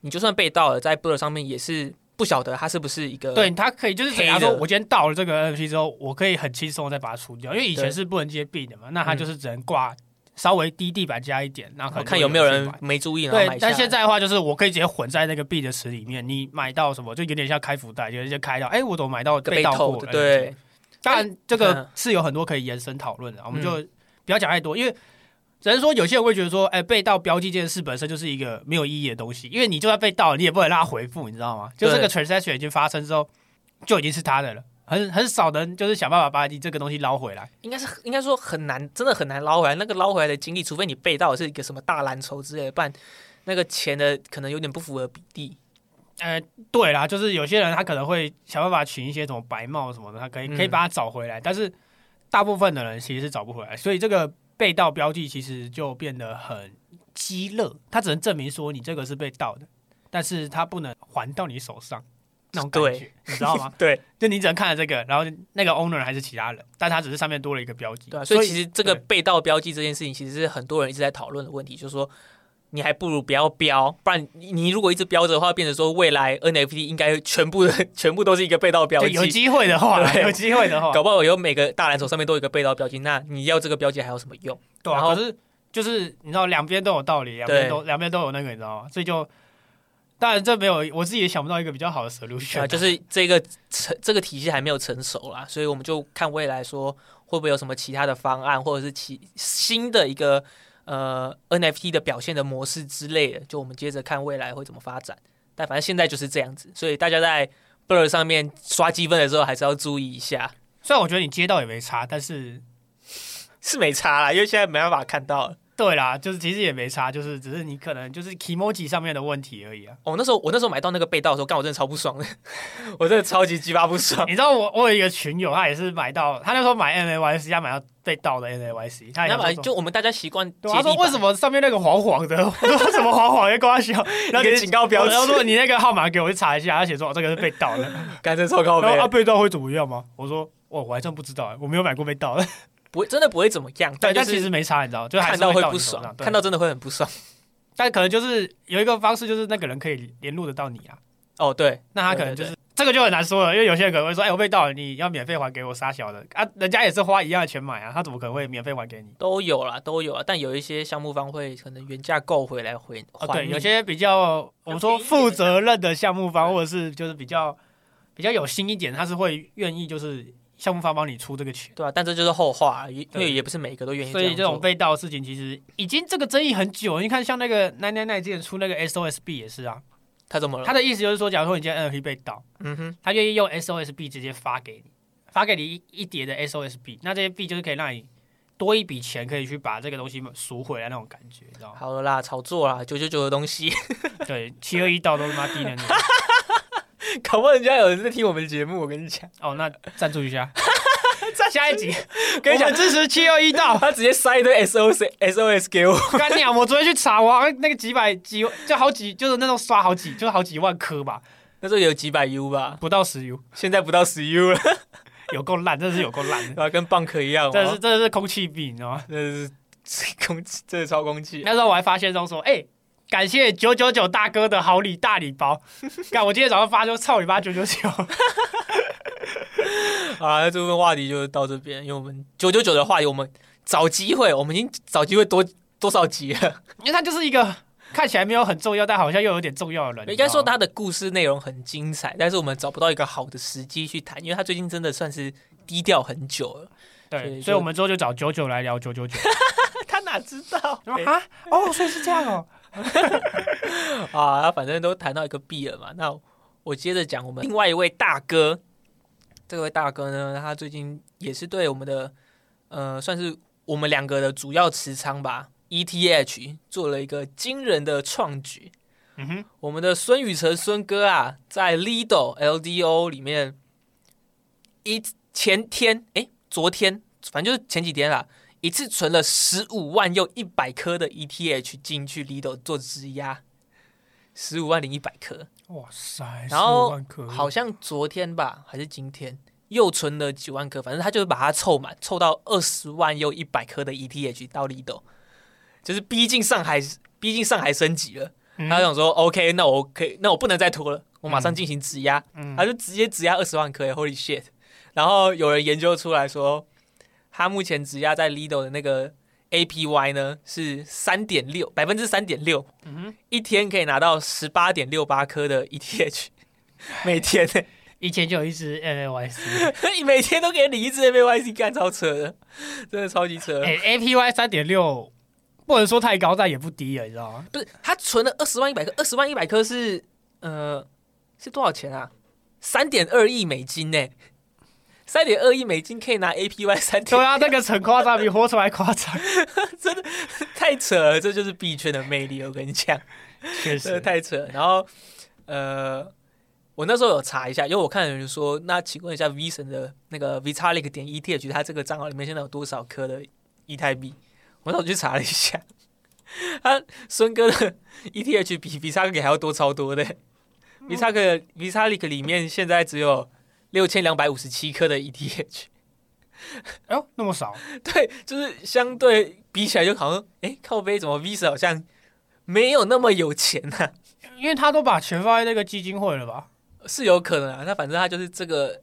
Speaker 1: 你就算被盗了，在 Blur 上面也是不晓得它是不是一个
Speaker 2: 对，它可以就是
Speaker 1: 呃黑的
Speaker 2: 等于说，我今天到了这个 NFT 之后，我可以很轻松地再把它除掉，因为以前
Speaker 1: 对
Speaker 2: 是不能接币的嘛，
Speaker 1: 嗯
Speaker 2: 那它就是只能挂稍微低地板加一点，然后可
Speaker 1: 哦
Speaker 2: 能
Speaker 1: 看
Speaker 2: 就
Speaker 1: 有没有
Speaker 2: 去
Speaker 1: 人
Speaker 2: 买
Speaker 1: 没注意然后买
Speaker 2: 对，
Speaker 1: 下来。
Speaker 2: 但现在的话就是我可以直接混在那个币的池里面，你买到什么就有点像开福袋，有些开到，哎、我怎么买到
Speaker 1: 被
Speaker 2: 盗
Speaker 1: 偷
Speaker 2: 货
Speaker 1: 的
Speaker 2: 的？
Speaker 1: 对，
Speaker 2: 当然这
Speaker 1: 嗯
Speaker 2: 个是有很多可以延伸讨论的，我们就不要讲太多，因为。只能说有些人会觉得说，哎、被盗标记这件事本身就是一个没有意义的东西，因为你就算被盗了，你也不能让他回复，你知道吗？就
Speaker 1: 对
Speaker 2: 这个 transaction 已经发生之后，就已经是他的了，很很少人就是想办法把你这个东西捞回来。
Speaker 1: 应该是应该说很难，真的很难捞回来。那个捞回来的经历，除非你被盗的是一个什么大蓝筹之类的，不然那个钱的可能有点不符合比例。
Speaker 2: 呃，对啦，就是有些人他可能会想办法请一些什么白帽什么的，他可以
Speaker 1: 嗯
Speaker 2: 可以把它找回来，但是大部分的人其实是找不回来，所以这个被盗标记其实就变得很鸡肋，它只能证明说你这个是被盗的，但是它不能还到你手上那种感觉
Speaker 1: 对，？
Speaker 2: 你知道吗
Speaker 1: <laughs> 对，
Speaker 2: 就你只能看了这个，然后那个 owner 还是其他人，但他只是上面多了一个标记，
Speaker 1: 对、啊，所以其
Speaker 2: 实
Speaker 1: 实这个
Speaker 2: 对
Speaker 1: 被盗标记这件事情，其实是很多人一直在讨论的问题，就是说你还不如不要标，不然你你如果一直标着的话，变成说未来 NFT 应该全部的 <laughs> 全部都是一个被盗标
Speaker 2: 就有
Speaker 1: 记。
Speaker 2: 机会的话
Speaker 1: <laughs>
Speaker 2: 啦，
Speaker 1: 对
Speaker 2: 有机会的话，
Speaker 1: 搞不好有每个大蓝筹上面都有一个被盗标记，那你要这个标记还有什么用？
Speaker 2: 对、啊，
Speaker 1: 然后
Speaker 2: 可是就是你知道两边都有道理，两边都两边都有那个，你知道吗？所以就当然这没有，我自己也想不到一个比较好的 solution，、
Speaker 1: 啊，就是这个成这个体系还没有成熟啦，所以我们就看未来说会不会有什么其他的方案，或者是其新的一个呃 NFT 的表现的模式之类的，就我们接着看未来会怎么发展。但反正现在就是这样子，所以大家在 Blur 上面刷积分的时候还是要注意一下，
Speaker 2: 虽然我觉得你接到也没差，但是
Speaker 1: 是没差啦，因为现在没办法看到了。
Speaker 2: 对啦，就是其实也没差，就是只是你可能就是 emoji 上面的问题而已啊。
Speaker 1: 哦，那时候我那时候买到那个被盗的时候，干我真的超不爽的，我真的超级鸡巴不 <laughs> 爽。
Speaker 2: 你知道我我有一个群友，他也是买到，他那时候买 NAYC，他买到被盗的 NAYC，他
Speaker 1: 那
Speaker 2: 也想
Speaker 1: 本来
Speaker 2: 说
Speaker 1: 哎就我啊们大家习惯，
Speaker 2: 对，啊他说为什？么上面那个黄黄的， <laughs> 我说为什么黄黄的瓜小，然后
Speaker 1: 一个警告标志
Speaker 2: 然后说你那个号码给我去查一下，他写说哦这个是被盗的，
Speaker 1: 干这超高
Speaker 2: 然后
Speaker 1: 杯
Speaker 2: 啊，，被盗会怎么样吗？我说，哦，我还真不知道、欸，我没有买过被盗的。
Speaker 1: 不会真的不会怎么样，
Speaker 2: 对，
Speaker 1: 就
Speaker 2: <laughs> 但
Speaker 1: 是
Speaker 2: 其实没差，你知道，就还
Speaker 1: 看
Speaker 2: 是
Speaker 1: 到
Speaker 2: 会
Speaker 1: 会
Speaker 2: 到
Speaker 1: 不
Speaker 2: 你手
Speaker 1: 爽
Speaker 2: 上，对
Speaker 1: 看到真的会很不爽。
Speaker 2: 但可能就是有一个方式，就是那个人可以联络得到你啊。
Speaker 1: 哦，对，
Speaker 2: 那他可能就是这个就很难说了，因为有些人可能会说，哎、我被盗了，你要免费还给我杀小的啊，人家也是花一样的钱买啊，他怎么可能会免费还给你？
Speaker 1: 都有啦，都有啊，但有一些项目方会可能原价购回来回
Speaker 2: 哦，
Speaker 1: 还
Speaker 2: 对，
Speaker 1: 你
Speaker 2: 有些比较我们说负责任的项目方，或者是就是比较比较有心一点，他是会愿意就是项目方帮你出这个钱。
Speaker 1: 对啊，但这就是后话啊，因因
Speaker 2: 对
Speaker 1: 为也不是每个都愿意
Speaker 2: 所哎以这
Speaker 1: 这样做。
Speaker 2: 种被盗的事情，其实已经这个争议很久。你看，像那个奈奈奈之前出那个 SOSB 也是啊，
Speaker 1: 他怎么了？
Speaker 2: 他的意思就是说，假如说你今天 NFT 被盗，
Speaker 1: 嗯哼，
Speaker 2: 他愿意用 SOSB 直接发给你，发给你一一叠的 SOSB，那这些币就是可以让你多一笔钱，可以去把这个东西赎回来那种感觉，你知 <laughs> 道吗？
Speaker 1: 好了啦，炒作啦，九九九的东西， <laughs>
Speaker 2: 对，七二一到都他妈低能 <laughs> 的。
Speaker 1: 搞不好人家有人在听我们的节目，我跟你讲，
Speaker 2: 哦，那赞助一 <laughs> 下，下一集
Speaker 1: 跟
Speaker 2: 跟
Speaker 1: 你
Speaker 2: 你
Speaker 1: 讲
Speaker 2: 讲支持七二一到。
Speaker 1: 他直接塞一堆 SOS SOS 给我，
Speaker 2: <laughs>
Speaker 1: <laughs>
Speaker 2: 干你啊！我昨天去查，哇，那个几百几就好几，就是那种刷好几，就是好几万颗吧，
Speaker 1: 那时候有几百 U 吧，
Speaker 2: 不到十 U。
Speaker 1: 现在不到十 U 了， <laughs>
Speaker 2: 有够烂，真的是有够烂
Speaker 1: 对 <laughs>
Speaker 2: 的，
Speaker 1: 吧？跟蚌壳一样，
Speaker 2: 真的是真的是空气币，你知道吗？
Speaker 1: 是，这是 <laughs> 空气，这是超空气。
Speaker 2: 那时候我还发现说说，哎、感谢九九九大哥的好礼大礼包，看我今天早上发就操你妈九九 <laughs> 九，
Speaker 1: 好啦，那这部分话题就到这边，因为我们九九九的话题，我们找机会，我们已经找机会多多少集了？
Speaker 2: 因为他就是一个看起来没有很重要，但好像又有点重要的人。
Speaker 1: <laughs> 应该说
Speaker 2: 你知道吗
Speaker 1: 他的故事内容很精彩，但是我们找不到一个好的时机去谈，因为他最近真的算是低调很久了。所以
Speaker 2: 对，
Speaker 1: 就
Speaker 2: 所以我们之后就找九九来聊九九九。
Speaker 1: <laughs> 他哪知道
Speaker 2: 然后啊，哦，所以是这样哦。
Speaker 1: <laughs> 啊？反正都谈到一个 B 了嘛。那我接着讲我们另外一位大哥，这位大哥呢，他最近也是对我们的呃，算是我们两个的主要持仓吧，ETH 做了一个惊人的创举。
Speaker 2: 嗯哼，
Speaker 1: 我们的孙宇晨孙哥啊，在 Lido LDO 里面，一前天哎，昨天反正就是前几天啦，一次存了十五万又一百颗的 ETH 进去 Lido 做质押，十五万零一百颗，
Speaker 2: 哇塞，
Speaker 1: 然后
Speaker 2: 15万颗
Speaker 1: 好像昨天吧还是今天又存了几万颗，反正他就是把它凑满，凑到二十万又一百颗的 ETH 到 Lido，就是逼近上海，逼近上海升级了。
Speaker 2: 嗯
Speaker 1: 他想说 OK，那我可以，那我不能再拖了，我马上进行质押，
Speaker 2: 嗯
Speaker 1: 他就直接质押二十万颗耶，Holy 哎 shit！然后有人研究出来说，他目前质押在 Lido 的那个 APY 呢是三点六百分之三点六，
Speaker 2: 嗯
Speaker 1: 一天可以拿到十八点六八颗的 E ETH，每天呢、 <laughs>
Speaker 2: 以前就有一只 N A Y C，
Speaker 1: 你每天都给你一只 APYC 干超扯的，真的超级扯。
Speaker 2: 哎 A P Y 三点六，不能说太高，但也不低了，你知
Speaker 1: <laughs>
Speaker 2: 道吗？
Speaker 1: 不是，他存了二十万一百颗，二十万一百颗是呃是多少钱啊？三点二亿美金呢、三点二亿美金可以拿 APY 三
Speaker 2: 对
Speaker 1: <laughs> 点，
Speaker 2: 啊，那个很夸张，比活出来夸张，
Speaker 1: 太扯了，这就是币圈的魅力，我跟你讲，
Speaker 2: 确
Speaker 1: 真的
Speaker 2: 实，
Speaker 1: 太扯了。然后呃，我那时候有查一下，因为我看有人说，那请问一下 V 神的那个 Vitalik 点 ETH，它这个账号里面现在有多少颗的以太币？我那时候去查了一下，他孙哥的 ETH 比 Vitalik 还要多超多的、v i t a l i k v i t a l i k 里面现在只有六千两百五十七颗的 ETH，
Speaker 2: 哎呦，那么少，
Speaker 1: <laughs> 对，就是相对比起来，就好像哎、诶靠背怎么 Visa 好像没有那么有钱呐、
Speaker 2: 因为他都把钱放在那个基金会了吧？
Speaker 1: 是有可能啊。那反正他就是这个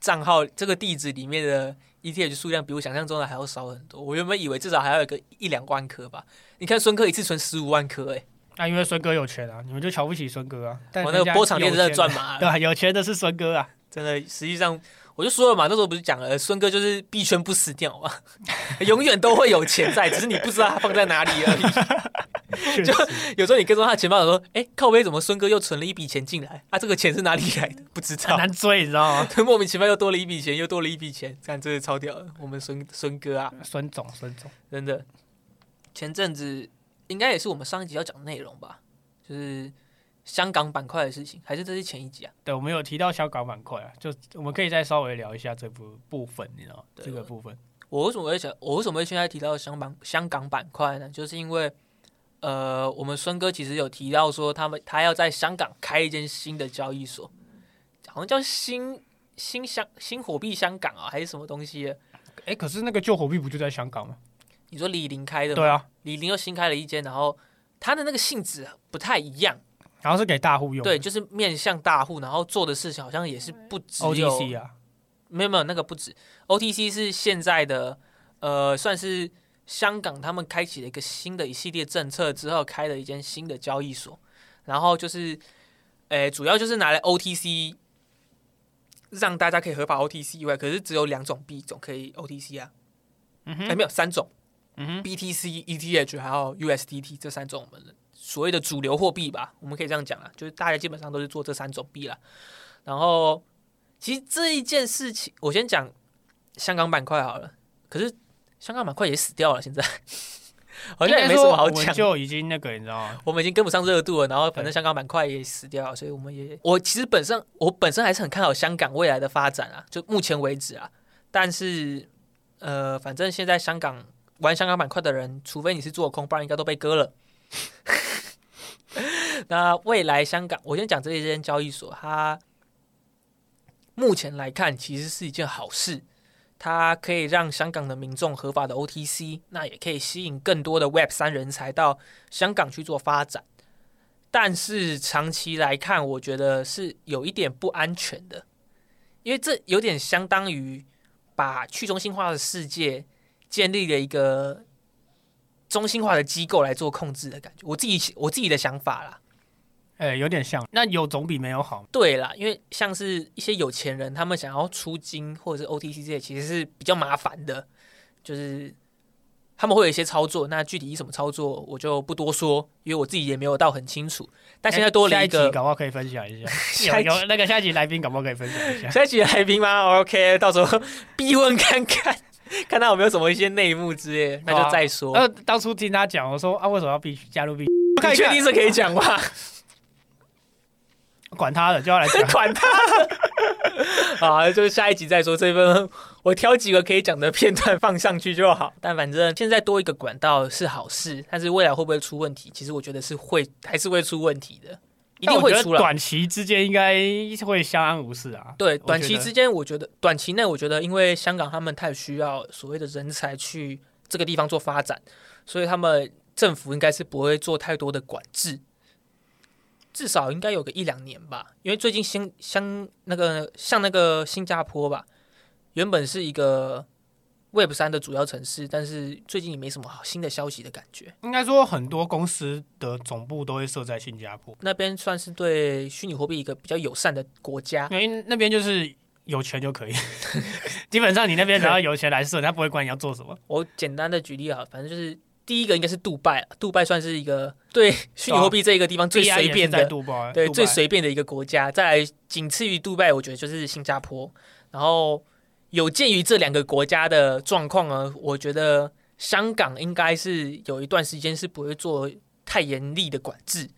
Speaker 1: 账号这个地址里面的 ETH 数量比我想象中的还要少很多。我原本以为至少还要有个一两万颗吧。你看孙哥一次存十五万颗、欸，
Speaker 2: 那、因为孙哥有钱啊，你们就瞧不起孙哥啊。但
Speaker 1: 哎，我
Speaker 2: 人
Speaker 1: 那个
Speaker 2: 家
Speaker 1: 波场链
Speaker 2: 有
Speaker 1: 真的
Speaker 2: 钱
Speaker 1: 赚
Speaker 2: 啊
Speaker 1: 麻了
Speaker 2: <laughs> 对。啊，有钱的是孙
Speaker 1: <laughs>
Speaker 2: 哥啊。
Speaker 1: 真的，实际上我就说了嘛，那时候不是讲了，孙哥就是币圈不死鸟嘛，永远都会有钱在，只是你不知道他放在哪里而已。
Speaker 2: <laughs> 确
Speaker 1: 就
Speaker 2: 实
Speaker 1: 有时候你跟踪他的钱包，想说，哎、靠背怎么孙哥又存了一笔钱进来？啊，这个钱是哪里来的？不知
Speaker 2: 很
Speaker 1: 道，
Speaker 2: 难追，你知道吗？
Speaker 1: <laughs> 莫名其妙又多了一笔钱，又多了一笔钱，看真的超屌的，我们孙孙哥啊，
Speaker 2: <laughs> 孙总，孙总，
Speaker 1: 真的。前阵子应该也是我们上一集要讲的内容吧，就是香港板块的事情，还是这是前一集啊？
Speaker 2: 对，我们有提到香港板块啊，就我们可以再稍微聊一下这部部分，你知道吗？
Speaker 1: 对
Speaker 2: 这个部分，
Speaker 1: 我为什么会想，我为什么会现在提到香港香港板块呢？就是因为，呃，我们孙哥其实有提到说，他们他要在香港开一间新的交易所，好像叫新新香新火币香港啊，还是什么东西的？
Speaker 2: 哎，可是那个旧火币不就在香港吗？
Speaker 1: 你说李宁开的吗？
Speaker 2: 对啊，
Speaker 1: 李宁又新开了一间，然后它的那个性质不太一样，
Speaker 2: 然后是给大户用的
Speaker 1: 对，就是面向大户，然后做的事情好像也是不只有
Speaker 2: ，OTC 啊，
Speaker 1: 没有没有，那个不止，OTC 是现在的呃，算是香港他们开启了一个新的一系列政策之后，开了一间新的交易所，然后就是，诶、主要就是拿来 OTC，让大家可以合法 OTC 以外，可是只有两种币种可以 OTC 啊，
Speaker 2: 嗯
Speaker 1: 哎、
Speaker 2: 哼，
Speaker 1: 没有三种
Speaker 2: 嗯哼，
Speaker 1: ，BTC、ETH E 还有 USDT 这三种我们所谓的主流货币吧，我们可以这样讲啦，就是大家基本上都是做这三种币啦。然后，其实这一件事情，我先讲香港板块好了。可是香港板块也死掉了，现在 <laughs> 好像也没什么好
Speaker 2: 应该
Speaker 1: 讲
Speaker 2: 说。我们就已经那个，你知道吗？
Speaker 1: 我们已经跟不上热度了，然后反正香港板块也死掉了，所以我们也我其实本身我本身还是很看好香港未来的发展啊，就目前为止啊，但是呃，反正现在香港玩香港板块的人，除非你是做空，不然应该都被割了。 <laughs> 那未来香港，我先讲这一间交易所，它目前来看其实是一件好事，它可以让香港的民众合法的 OTC，那也可以吸引更多的 Web 三人才到香港去做发展。但是长期来看，我觉得是有一点不安全的，因为这有点相当于把去中心化的世界建立了一个中心化的机构来做控制的感觉。我自己我自己的想法啦，
Speaker 2: 哎，有点像，那有总比没有好。
Speaker 1: 对啦，因为像是一些有钱人，他们想要出金或者是 OTC 这些，其实是比较麻烦的，就是他们会有一些操作，那具体什么操作我就不多说，因为我自己也没有到很清楚。但现在多了
Speaker 2: 下
Speaker 1: 一
Speaker 2: 一集
Speaker 1: 个
Speaker 2: 搞不好可以分享一
Speaker 1: 下
Speaker 2: 下。
Speaker 1: 一集
Speaker 2: 有有那个下一集来宾，搞不好可以分享一
Speaker 1: <laughs>
Speaker 2: 下。
Speaker 1: 下一集来宾吗？OK，到时候 <laughs> 逼问看看， <laughs> 看他有没有什么一些内幕之类的，
Speaker 2: 啊
Speaker 1: 那就再说。
Speaker 2: 那呃当初听他讲，我说啊，为什么要必须加入必？
Speaker 1: 你确定是可以讲吗？。
Speaker 2: 管他的，就要来讲
Speaker 1: 管他的。啊，就下一集再说。这份我挑几个可以讲的片段放上去就好。但反正现在多一个管道是好事，但是未来会不会出问题？其实我觉得是会，还是会出问题的， <laughs> 一定会
Speaker 2: 但我觉
Speaker 1: 出
Speaker 2: 得
Speaker 1: 来。
Speaker 2: 短期之间应该会相安无事啊。
Speaker 1: 对，
Speaker 2: 我
Speaker 1: 短期
Speaker 2: 觉得
Speaker 1: 之间，我觉得短期内，我觉得因为香港他们太需要所谓的人才去这个地方做发展，所以他们政府应该是不会做太多的管制，至少应该有个一两年吧。因为最近新香那个像那个新加坡吧，原本是一个 Web 三的主要城市，但是最近也没什么好新的消息的感觉。
Speaker 2: 应该说很多公司的总部都会设在新加坡，
Speaker 1: 那边算是对虚拟货币一个比较友善的国家，
Speaker 2: 因为那边就是有钱就可以。 <laughs> 基本上你那边只要有钱来设，他不会管你要做什么。
Speaker 1: 我简单的举例啊，反正就是第一个应该是杜拜，啊杜拜算是一
Speaker 2: <laughs>
Speaker 1: 个对虚拟货币这一个地方 <laughs> 最
Speaker 2: BI
Speaker 1: 随
Speaker 2: 啊也
Speaker 1: 便
Speaker 2: 是在
Speaker 1: 的，
Speaker 2: 杜拜，
Speaker 1: 对
Speaker 2: 杜拜
Speaker 1: 最随便的一个国家。再来仅次于杜拜，我觉得就是新加坡。然后有鉴于这两个国家的状况呢，我觉得香港应该是有一段时间是不会做太严厉的管制。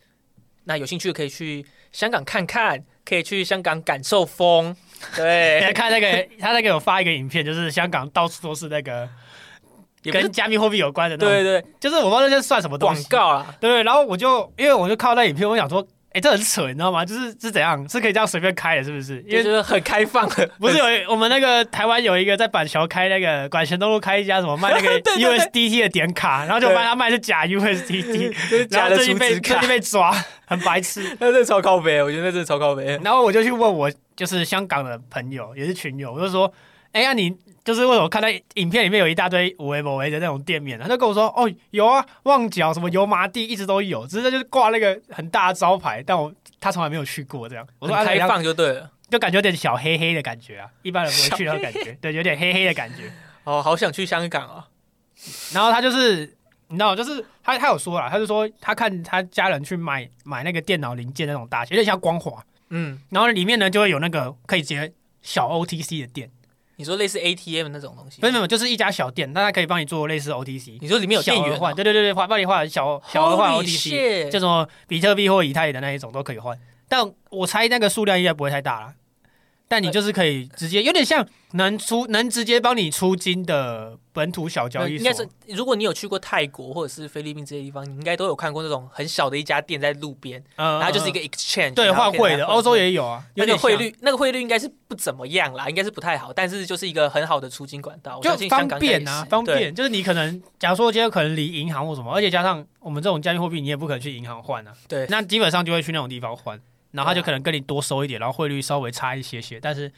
Speaker 1: 那有兴趣可以去香港看看，可以去香港感受风。对，
Speaker 2: 看那个，他那个有发一个影片，就是香港到处都是那个
Speaker 1: 也不是
Speaker 2: <laughs> 跟加密货币有关的那
Speaker 1: 对
Speaker 2: 种，
Speaker 1: 对
Speaker 2: 就是我不知道那些算什么东
Speaker 1: 广
Speaker 2: 西。
Speaker 1: 告啊啦，
Speaker 2: 对，然后我就因为我就看到那影片，我想说，哎，这很扯，你知道吗？就是是怎样，是可以这样随便开的，是不是？因
Speaker 1: 就
Speaker 2: 为
Speaker 1: 是很开放的，
Speaker 2: 不是有我们那个台湾有一个在板桥开那个管前东路开一家什么卖那个
Speaker 1: <laughs> 对对
Speaker 2: USDT 的点卡，然后就
Speaker 1: 对
Speaker 2: 发现他卖的是假
Speaker 1: <laughs>
Speaker 2: USDT，
Speaker 1: 就是
Speaker 2: 然
Speaker 1: 假
Speaker 2: 后
Speaker 1: 的
Speaker 2: 最
Speaker 1: 储
Speaker 2: 近被
Speaker 1: 值
Speaker 2: 最
Speaker 1: 卡
Speaker 2: 近。被抓， <laughs> 很白痴。
Speaker 1: 那真的超靠北，我觉得那真的超靠北。
Speaker 2: 然后我就去问我就是香港的朋友，也是群友，我就说，哎呀你。就是为什么看到影片里面有一大堆五 A 某 A 的那种店面，他就跟我说：“哦，有啊，旺角什么油麻地一直都有，只是他就是挂那个很大的招牌，但我他从来没有去过这样。” <laughs> 我
Speaker 1: 很
Speaker 2: 说：“啊
Speaker 1: 开，
Speaker 2: 怎样
Speaker 1: 放就对了。
Speaker 2: 就感觉有点小黑黑的感觉啊，一般人不会去那种感觉，对，有点黑黑的感觉。”
Speaker 1: 哦，好想去香港啊！
Speaker 2: 然后他就是，你知道，就是他他有说啦，他就说他看他家人去买买那个电脑零件那种大小，有点像光华，
Speaker 1: 嗯，
Speaker 2: 然后里面呢就会有那个可以直接小 OTC 的店，
Speaker 1: 你说类似 ATM 那种东西
Speaker 2: 不，是没有，就是一家小店，但它可以帮你做类似 OTC，
Speaker 1: 你说里面有
Speaker 2: 小
Speaker 1: 店
Speaker 2: 额
Speaker 1: 员
Speaker 2: 换，
Speaker 1: 啊
Speaker 2: 对对对对，换帮你换小哦小额换
Speaker 1: Holy
Speaker 2: OTC，
Speaker 1: shit
Speaker 2: 就什么比特币或以太的那一种都可以换，但我猜那个数量应该不会太大啦。但你就是可以直接，有点像能出能直接帮你出金的本土小哦交易
Speaker 1: 应
Speaker 2: 所，
Speaker 1: 该是，如果你有去过泰国或者是菲律宾这些地方，你应该都有看过那种很小的一家店在路边，
Speaker 2: 呃，
Speaker 1: 然后就是一
Speaker 2: 个。
Speaker 1: 个 exchange，
Speaker 2: 对，
Speaker 1: 然后
Speaker 2: 换
Speaker 1: 可以拿
Speaker 2: 汇的，欧洲也有啊，
Speaker 1: 那
Speaker 2: 有点
Speaker 1: 个汇
Speaker 2: 像，
Speaker 1: 率，那个汇率应该是不怎么样啦，应该是不太好，但是就是一个很好的出金管道，我相
Speaker 2: 就
Speaker 1: 信
Speaker 2: 方
Speaker 1: 香港应该
Speaker 2: 便啊
Speaker 1: 也，是
Speaker 2: 方。便。就是你可能，假如说今天可能离银行或什么，而且加上我们这种加密货币，你也不可能去银行换啊，
Speaker 1: 对，对
Speaker 2: 那基本上就会去那种地方换，然后他
Speaker 1: 对啊
Speaker 2: 就可能跟你多收一点，然后汇率稍微差一些些，但是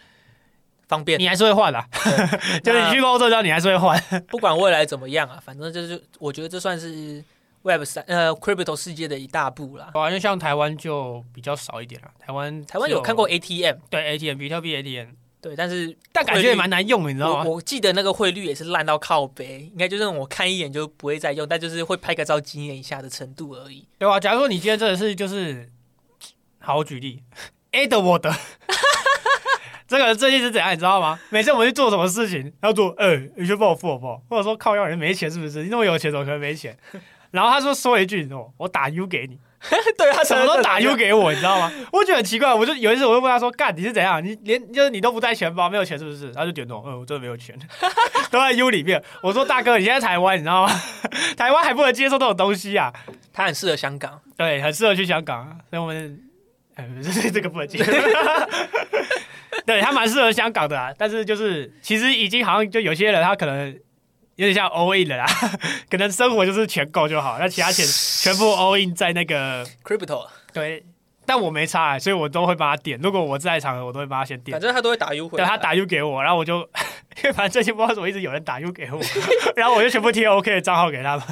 Speaker 1: 方便。
Speaker 2: 你还是会换啦、 <laughs> 就是你去欧洲之后，你还是会换。
Speaker 1: 不管未来怎么样啊，反正就是我觉得这算是 Web 三呃 Crypto 世界的一大步啦。
Speaker 2: 好像像台湾就比较少一点了，台湾
Speaker 1: 台湾有看过 ATM，
Speaker 2: 对 ATM 比特币 ATM，
Speaker 1: 对，但是
Speaker 2: 但感
Speaker 1: 汇
Speaker 2: 觉
Speaker 1: 率
Speaker 2: 也蛮难用，你知道
Speaker 1: 我
Speaker 2: 吗？
Speaker 1: 我记得那个汇率也是烂到靠背，应该就是那种我看一眼就不会再用，但就是会拍个照纪念一下的程度而
Speaker 2: <laughs>
Speaker 1: 已。
Speaker 2: 对啊，假如说你今天真的是就是，好，我举例哎，Edward，这个人最近是怎样，你知道吗？每次我们去做什么事情，他做，哎、你去帮我付好不好？或者说靠，要人没钱是不是？你那么有钱，怎么可能没钱？ <laughs> 然后他说说一句，你知道吗？我打 U 给你，
Speaker 1: 对他
Speaker 2: 他啊什么都打 U
Speaker 1: 又
Speaker 2: 给我，你知道吗？ <laughs> 我觉得很奇怪，我就有一次我就问他说，干你是怎样？你连就是你都不带钱包，没有钱是不是？他就点头，嗯，我真的没有钱，都在 U 里面。我说大哥，你现在台湾，你知道吗？ <laughs> 台湾还不能接受这种东西啊。
Speaker 1: 他很适合香港，
Speaker 2: 对，很适合去香港啊，所以我们，哎，不是 <laughs> 这个不能进。对他蛮适合香港的啊，但是就是其实已经好像就有些人他可能有点像 all in 了啦，可能生活就是全够就好，那其他钱全部 all in 在那个
Speaker 1: Crypto，
Speaker 2: 对，但我没差、所以我都会帮他点。如果我在场的，我都会帮他先点
Speaker 1: 反。正他都会打啊 U 回
Speaker 2: 对啊
Speaker 1: 来。
Speaker 2: 他打 U 给我，然后我就 <laughs> 因为反正最近不知道怎么一直有人打 U 给我， <laughs> 然后我就全部贴 OK 的账号给他们。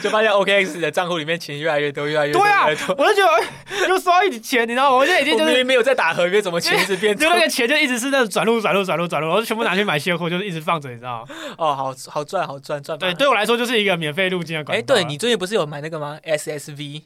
Speaker 1: 就发现 OKX 的账户里面钱越来越多，越来越多，
Speaker 2: 对啊
Speaker 1: 越来越多。
Speaker 2: 我就觉得哎又收到一笔钱，你知道吗？我现在已经
Speaker 1: 我
Speaker 2: 就
Speaker 1: 明
Speaker 2: 是
Speaker 1: 明没有在打合约，怎么钱一
Speaker 2: <laughs>
Speaker 1: 直变
Speaker 2: 就
Speaker 1: 多
Speaker 2: 那？个钱就一直是那种转入转入转入转入，我就全部拿去买现货，就是一直放着，你知道吗？
Speaker 1: 哦，好好赚，好赚赚吧。
Speaker 2: 对，对我来说就是一个免费入境的管道啊。
Speaker 1: 哎，对你最近不是有买那个吗？SSV。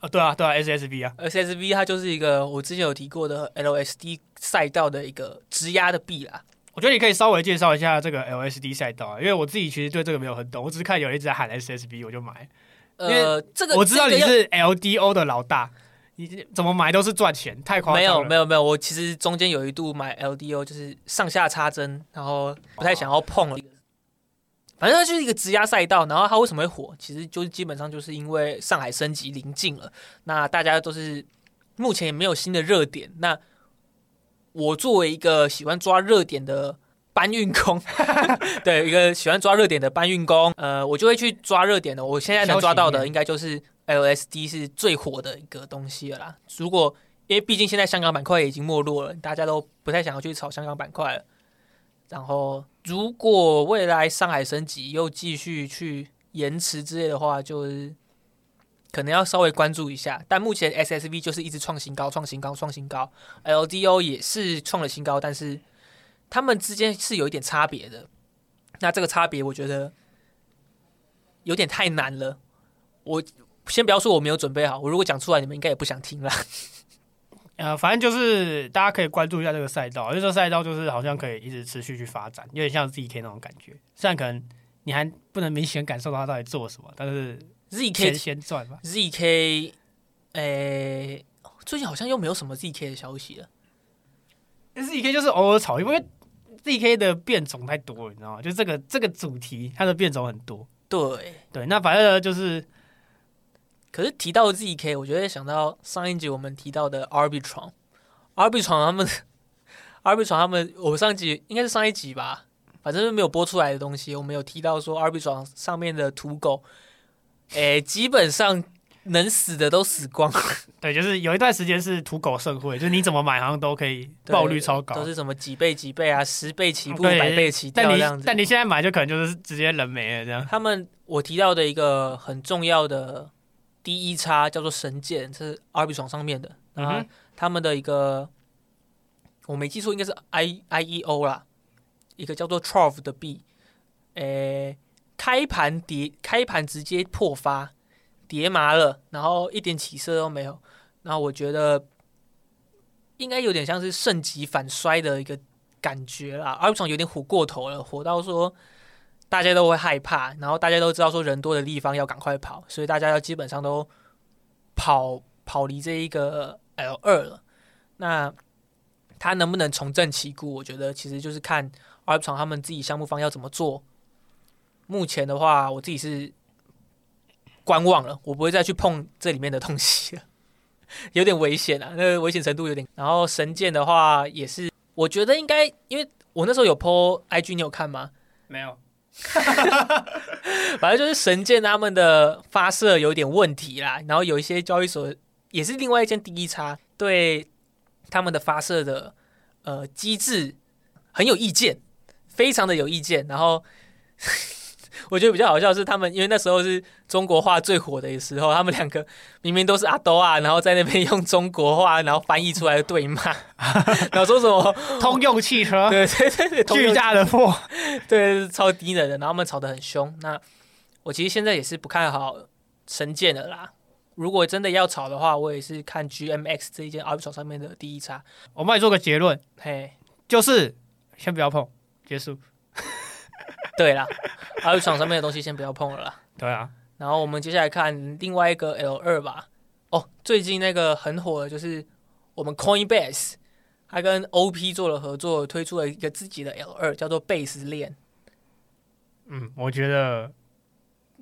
Speaker 2: 哦对啊对啊 SSB 啊，
Speaker 1: SSV 它就是一个我之前有提过的 LSD 赛道的一个质押的币啦。
Speaker 2: 我觉得你可以稍微介绍一下这个 LSD 赛道啊，因为我自己其实对这个没有很懂，我只是看有人一直在喊 SSB 我就买。
Speaker 1: 呃，这个
Speaker 2: 我知道
Speaker 1: 这
Speaker 2: 你
Speaker 1: 个要
Speaker 2: 是 LDO 的老大，你怎么买都是赚钱，太夸张
Speaker 1: 没有
Speaker 2: 了
Speaker 1: 没有没有，我其实中间有一度买 LDO，就是上下插针，然后不太想要碰了。
Speaker 2: 啊
Speaker 1: 反正它就是一个直压赛道，然后它为什么会火？其实就是基本上就是因为上海升级临近了，那大家都是目前也没有新的热点。那我作为一个喜欢抓热点的搬运工，对一个喜欢抓热点的搬运工，呃，我就会去抓热点的。我现在能抓到
Speaker 2: 消息
Speaker 1: 的
Speaker 2: 面
Speaker 1: 应该就是 LSD 是最火的一个东西了啦。如果因为毕竟现在香港板块也已经没落了，大家都不太想要去炒香港板块了。然后，如果未来上海升级又继续去延迟之类的话，就是可能要稍微关注一下。但目前 SSV 就是一直创新高、创新高、创新高，LDO 也是创了新高，但是他们之间是有一点差别的。那这个差别，我觉得有点太难了。我先不要说我没有准备好，我如果讲出来，你们应该也不想听了。
Speaker 2: 呃，反正就是大家可以关注一下这个赛道，因为这个赛道就是好像可以一直持续去发展，有点像 ZK 那种感觉。虽然可能你还不能明显感受到他到底做什么，但是
Speaker 1: ZK
Speaker 2: 钱先赚吧。
Speaker 1: ZK，诶、最近好像又没有什么 ZK 的消息了。
Speaker 2: ZK 就是偶尔炒一波，因为 ZK 的变种太多了，你知道吗？就这个这个主题，它的变种很多。
Speaker 1: 对，
Speaker 2: 对，那反正呢就是
Speaker 1: 可是提到 ZK，我就会想到上一集我们提到的 Arbitron，Arbitron 他们，Arbitron 他们，我上一集应该是上一集吧，反正是没有播出来的东西，我们有提到说 Arbitron 上面的土狗，诶、基本上能死的都死光，
Speaker 2: 对，就是有一段时间是土狗盛会，就是你怎么买好像都可以
Speaker 1: 对
Speaker 2: <laughs> 爆率超高，
Speaker 1: 都是什么几倍几倍啊，十倍起步，
Speaker 2: 对
Speaker 1: 百倍起跳
Speaker 2: 但
Speaker 1: 这样
Speaker 2: 你
Speaker 1: 子。
Speaker 2: 但你现在买就可能就是直接人没了这样。
Speaker 1: 他们我提到的一个很重要的第一叉叫做神剑，这是 R B 床上面的。
Speaker 2: 嗯哼
Speaker 1: 啊，他们的一个我没记错，应该是 I I E O 啦，一个叫做 Trove 的币，诶、开盘跌，开盘直接破发，跌麻了，然后一点起色都没有。然后我觉得应该有点像是盛极反衰的一个感觉啦。R 厂有点火过头了，火到说大家都会害怕，然后大家都知道说人多的地方要赶快跑，所以大家要基本上都跑跑离这一个 L 二了。那它能不能重振旗鼓？我觉得其实就是看 R 厂他们自己项目方要怎么做。目前的话，我自己是观望了，我不会再去碰这里面的东西了， <laughs> 有点危险啊，那个危险程度有点。然后神剑的话也是，我觉得应该，因为我那时候有 PO IG，你有看吗？
Speaker 2: 没有，
Speaker 1: 反正就是神剑他们的发射有点问题啦，然后有一些交易所也是另外一间第一差对他们的发射的呃机制很有意见，非常的有意见。然后 <laughs> 我觉得比较好笑的是他们，因为那时候是中国话最火的时候，他们两个明明都是阿斗啊，然后在那边用中国话然后翻译出来的对骂， <laughs> 然后说什么
Speaker 2: 通用汽车
Speaker 1: 对对对对，通用
Speaker 2: 巨大的破，
Speaker 1: <laughs> 对，超低能的，然后他们吵得很凶。那我其实现在也是不看好神剑的啦。如果真的要吵的话，我也是看 GMX 这一件 R 厂上面的第一叉。
Speaker 2: 我帮你做个结论，
Speaker 1: 嘿，
Speaker 2: 就是先不要碰，结束。
Speaker 1: 对啦，R 厂上面的东西先不要碰了啦。
Speaker 2: 对啊，
Speaker 1: 然后我们接下来看另外一个 L 二吧。哦，最近那个很火的就是我们 Coinbase，它跟 OP 做了合作，推出了一个自己的 L 二，叫做 Base 链。
Speaker 2: 嗯，我觉得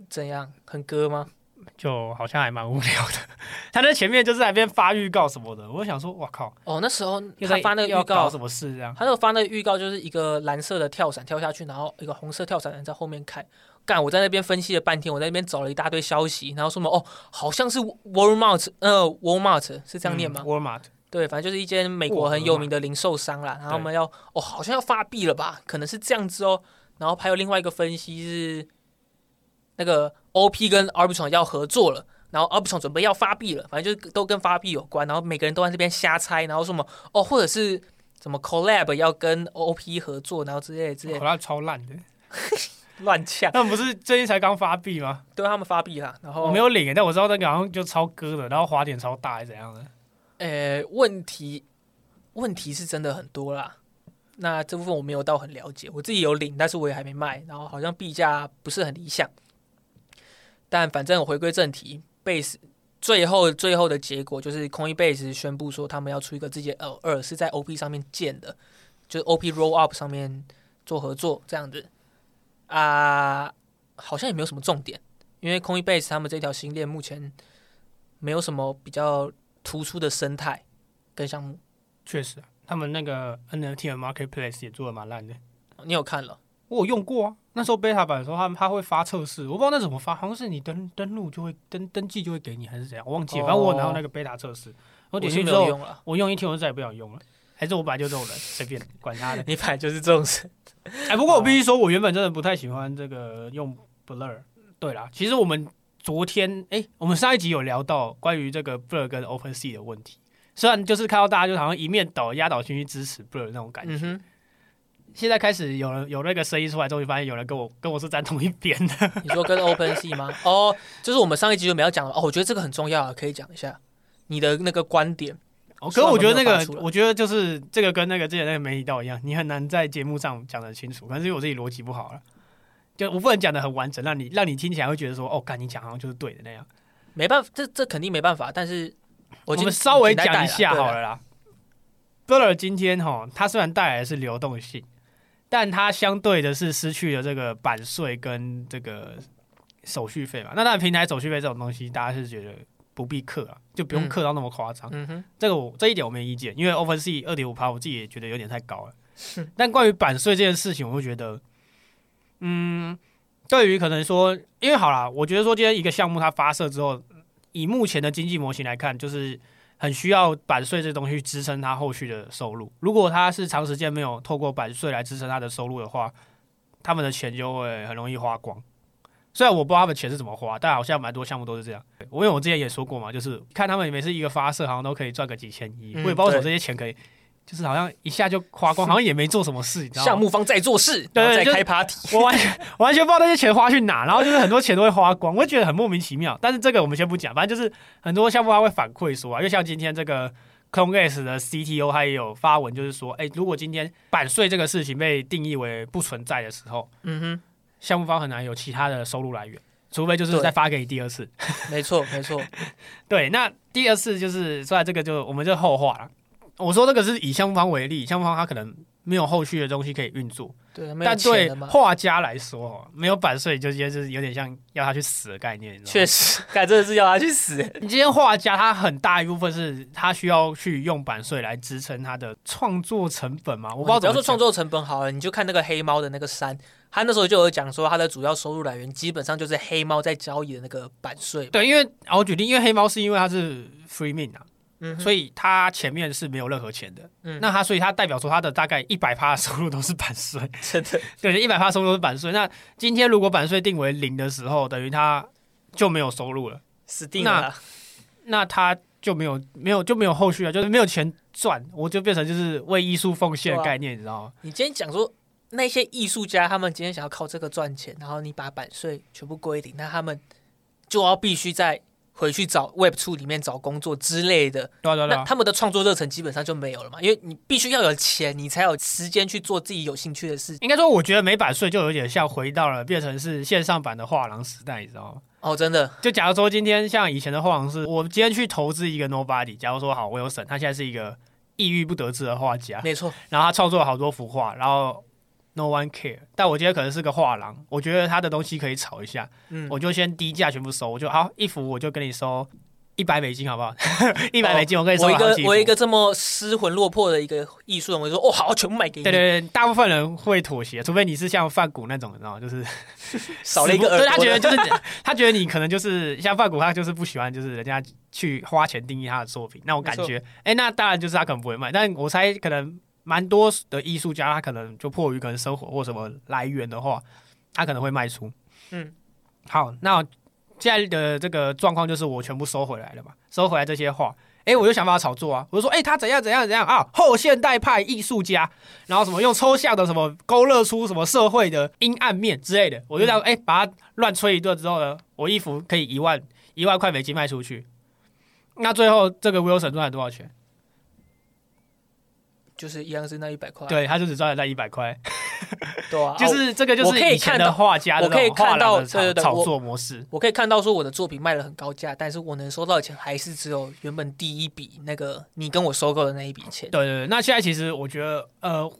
Speaker 1: 怎样？很割吗？
Speaker 2: 就好像还蛮无聊的。 <laughs> 他在前面就是在那边发预告什么的，我想说，哇靠，
Speaker 1: 哦，那时候
Speaker 2: 又
Speaker 1: 他
Speaker 2: 在
Speaker 1: 发那个
Speaker 2: 要
Speaker 1: 预告
Speaker 2: 搞什么事这样？
Speaker 1: 他那个发那个预告就是一个蓝色的跳伞跳下去，然后一个红色跳伞人在后面看。干，我在那边分析了半天，我在那边找了一大堆消息，然后说什么哦，好像是 Walmart，呃，Walmart 是这样念吗、
Speaker 2: 嗯？Walmart
Speaker 1: 对，反正就是一间美国
Speaker 2: 沃尔
Speaker 1: 很有
Speaker 2: 玛
Speaker 1: 名的零售商啦，然后我
Speaker 2: 对
Speaker 1: 们要哦，好像要发币了吧？可能是这样子哦。然后还有另外一个分析是，那个 OP 跟 Arbitron 要合作了，然后 Arbitron 准备要发币了，反正就是都跟发币有关。然后每个人都在这边瞎猜，然后说什么哦，或者是什么 collab 要跟 OP 合作，然后之类之类
Speaker 2: 口袋超烂的。
Speaker 1: 乱呛，
Speaker 2: 那不是最近才刚发币吗？
Speaker 1: 对他们发币啦。然后
Speaker 2: 我没有领欸，但我知道那个好像就超割的，然后滑点超大，还是怎样的？
Speaker 1: 呃，问题问题是真的很多啦。那这部分我没有到很了解，我自己有领，但是我也还没卖，然后好像币价不是很理想。但反正我回归正题，Base 最后最后的结果就是 Coinbase 宣布说他们要出一个自己的 L 二，是在 OP 上面建的，就是 OP Roll Up 上面做合作这样子啊、好像也没有什么重点，因为 Coinbase 他们这条新链目前没有什么比较突出的生态跟项目，
Speaker 2: 确实啊，他们那个 NFT 的 marketplace 也做的蛮烂的。
Speaker 1: 你有看了？
Speaker 2: 我有用过啊，那时候 beta 版的时候，他们他会发测试，我不知道那怎么发，好像是你登登录就会登登记就会给你，还是怎样，我忘记
Speaker 1: 哦
Speaker 2: 了。反正我有拿到那个 beta 测试，我点
Speaker 1: 是
Speaker 2: 进
Speaker 1: 没
Speaker 2: 去之
Speaker 1: 有
Speaker 2: 后，
Speaker 1: 用了。 <laughs>
Speaker 2: 我用一天我就再也不想用了。还是我本来就这种人，随便管他的。
Speaker 1: 你本来就是这种人，
Speaker 2: <laughs> 哎，不过我必须说，我原本真的不太喜欢这个用 Blur。对啦，其实我们昨天，哎、我们上一集有聊到关于这个 Blur 跟 Open Sea 的问题。虽然就是看到大家就好像一面倒压倒性去支持 Blur 那种感觉，
Speaker 1: 嗯哼，
Speaker 2: 现在开始有人有那个声音出来，终于发现有人跟我跟我是站同一边的。
Speaker 1: 你说跟 Open Sea <laughs> 吗？哦，就是我们上一集就没有讲了哦，我觉得这个很重要啊，可以讲一下你的那个观点。
Speaker 2: 可是我觉得那
Speaker 1: 哦虽然我没有发出
Speaker 2: 个，
Speaker 1: 来
Speaker 2: 我觉得就是这个跟那个之前那个媒体道一样，你很难在节目上讲得清楚，可能是因为我自己逻辑不好了，就我不能讲得很完整，让你让你听起来会觉得说，哦，干你讲好像就是对的那样。
Speaker 1: 没办法，这这肯定没办法，但是
Speaker 2: 我
Speaker 1: 我今
Speaker 2: 们稍微
Speaker 1: 简单带
Speaker 2: 讲一
Speaker 1: 了
Speaker 2: 下
Speaker 1: 对
Speaker 2: 好了啦。b l r 今天哈，它虽然带来的是流动性，但它相对的是失去了这个版税跟这个手续费嘛。那当然，平台手续费这种东西，大家是觉得不必克啊，就不用
Speaker 1: 嗯
Speaker 2: 克到那么夸张。
Speaker 1: 嗯哼，
Speaker 2: 这个我这一点我没意见，因为 OpenSea 二点五趴，我自己也觉得有点太
Speaker 1: <laughs>
Speaker 2: 高了。但关于版税这件事情，我会觉得，嗯，对于可能说，因为好啦，我觉得说今天一个项目它发射之后，以目前的经济模型来看，就是很需要版税这东西去支撑它后续的收入。如果它是长时间没有透过版税来支撑它的收入的话，他们的钱就会很容易花光。虽然我不知道他们钱是怎么花，但好像蛮多项目都是这样。我因为我之前也说过嘛，就是看他们每次一个发射好像都可以赚个几千亿，
Speaker 1: 嗯
Speaker 2: 我也不知道为什么这些钱可以，就是好像一下就花光，好像也没做什么事，你知道
Speaker 1: 项
Speaker 2: 吗？
Speaker 1: 目方在做事，
Speaker 2: 对
Speaker 1: 然后再
Speaker 2: 就是
Speaker 1: 开 party，
Speaker 2: 我完全我完全不知道那些钱花去哪，然后就是很多钱都会花光，我就觉得很莫名其妙。但是这个我们先不讲，反正就是很多项目他会反馈说啊，因为像今天这个 Coinbase 的 CTO 他也有发文，就是说，哎、如果今天版税这个事情被定义为不存在的时候，
Speaker 1: 嗯
Speaker 2: 项目方很难有其他的收入来源，除非就是
Speaker 1: 对
Speaker 2: 再发给你第二次。
Speaker 1: 哼，没错没错，
Speaker 2: 对，那第二次就是虽然这个就我们就后话了。我说这个是以项目方为例，项目方他可能没有后续的东西可以运作，
Speaker 1: 对，没有
Speaker 2: 但
Speaker 1: 钱
Speaker 2: 对
Speaker 1: 的嘛，
Speaker 2: 画家来说哦，没有版税就直接就是有点像要他去死的概念。你知道吗
Speaker 1: 确实，干真的是要他去死，
Speaker 2: 你今天画家他很大一部分是他需要去用版税来支撑他的创作成本嘛，我不知道
Speaker 1: 哦你不
Speaker 2: 怎
Speaker 1: 要
Speaker 2: 么
Speaker 1: 说
Speaker 2: 讲
Speaker 1: 创作成本好了，你就看那个黑猫的那个山，他那时候就有讲说，他的主要收入来源基本上就是黑猫在交易的那个版税。
Speaker 2: 对，因为啊我举例，因为黑猫是因为它是 free min 啊，
Speaker 1: 嗯哼
Speaker 2: 所以它前面是没有任何钱的，
Speaker 1: 嗯
Speaker 2: 那它所以它代表说它的大概一百趴的 <laughs> 收入都是版税，
Speaker 1: 真的，
Speaker 2: 对，一百趴收入都是版税。那今天如果版税定为零的时候，等于它就没有收入了，
Speaker 1: 死定了啦。
Speaker 2: 那它就没有没有就没有后续啊，就是没有钱赚，我就变成就是为艺术奉献的
Speaker 1: 对啊
Speaker 2: 概念，你知道吗？
Speaker 1: 你今天讲说那些艺术家，他们今天想要靠这个赚钱，然后你把版税全部归零，那他们就要必须再回去找 Web 处里面找工作之类的，
Speaker 2: 对啊对啊对
Speaker 1: 那
Speaker 2: 啊，
Speaker 1: 他们的创作热忱基本上就没有了嘛，因为你必须要有钱，你才有时间去做自己有兴趣的事。
Speaker 2: 应该说我觉得没版税就有点像回到了变成是线上版的画廊时代，你知道吗？
Speaker 1: 哦，真的，
Speaker 2: 就假如说今天像以前的画廊是，我今天去投资一个 nobody，假如说好，我有沈，他现在是一个抑郁不得志的画家，
Speaker 1: 没错，
Speaker 2: 然后他创作了好多幅画，然后 no one care，但我今天可能是个画廊，我觉得他的东西可以炒一下，
Speaker 1: 嗯
Speaker 2: 我就先低价全部收，我就好一幅我就跟你收。一百美金好不好？一百美金我可以收
Speaker 1: 哦我一
Speaker 2: 到好
Speaker 1: 个
Speaker 2: 几
Speaker 1: 我一
Speaker 2: 幅
Speaker 1: 个这么失魂落魄的一个艺术人，我就说哦好，全部卖给你，
Speaker 2: 对对对，大部分人会妥协，除非你是像范谷那种，你知道吗？就是
Speaker 1: 少了一个耳
Speaker 2: 对他
Speaker 1: 朵
Speaker 2: 觉得
Speaker 1: 的。
Speaker 2: <laughs> 就是他觉得你可能就是像范谷，他就是不喜欢就是人家去花钱定义他的作品那种感觉。哎、那当然就是他可能不会卖，但我猜可能蛮多的艺术家，他可能就迫于可能生活或什么来源的话，他可能会卖出。
Speaker 1: 嗯，
Speaker 2: 好，那现在的这个状况就是我全部收回来了嘛，收回来这些画。哎、我就想办法炒作啊！我就说，哎、他怎样怎样怎样啊，后现代派艺术家，然后什么用抽象的什么勾勒出什么社会的阴暗面之类的，我就这样哎、把它乱吹一顿之后呢，我一幅可以一万一万块美金卖出去。那最后这个 Wilson 赚了多少
Speaker 1: <laughs>
Speaker 2: 钱？
Speaker 1: 就是一样是那一百块，啊
Speaker 2: 对，他就只赚了那一百块，
Speaker 1: 对啊，啊
Speaker 2: 就是这个就
Speaker 1: 我
Speaker 2: 是
Speaker 1: 可以
Speaker 2: 以前
Speaker 1: 看到
Speaker 2: 的画家的
Speaker 1: 我可以
Speaker 2: 那种画
Speaker 1: 看到
Speaker 2: 廊的
Speaker 1: 对
Speaker 2: 炒
Speaker 1: 对对
Speaker 2: 炒
Speaker 1: 我
Speaker 2: 作模式。
Speaker 1: 我可以看到说我的作品卖了很高价，但是我能收到的钱还是只有原本第一笔那个你跟我收购的那一笔钱。
Speaker 2: 对对对，那现在其实我觉得，呃，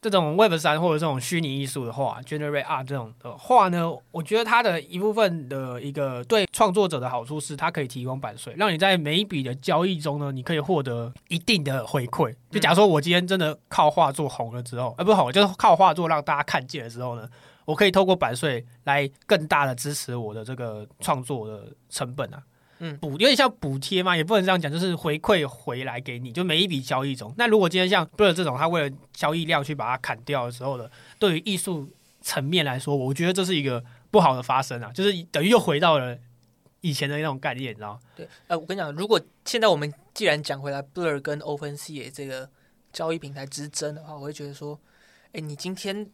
Speaker 2: 这种 Web 三或者这种虚拟艺术的话，Generate Art 这种的话呢，我觉得它的一部分的一个对创作者的好处是，它可以提供版税，让你在每一笔的交易中呢，你可以获得一定的回馈。就假如说我今天真的靠画作红了之后，呃，不是红了，就是靠画作让大家看见了之后呢。我可以透过版税来更大的支持我的这个创作的成本啊，补有点像补贴嘛，也不能这样讲，就是回馈回来给你，就每一笔交易中。那如果今天像 b i r 这种，他为了交易量去把它砍掉的时候呢，对于艺术层面来说，我觉得这是一个不好的发生啊，就是等于又回到了以前的那种概念，你知道吗？
Speaker 1: 对，呃，我跟你讲，如果现在我们既然讲回来 Blur 跟 OpenSea 这个交易平台之争的话，我会觉得说，哎，你今天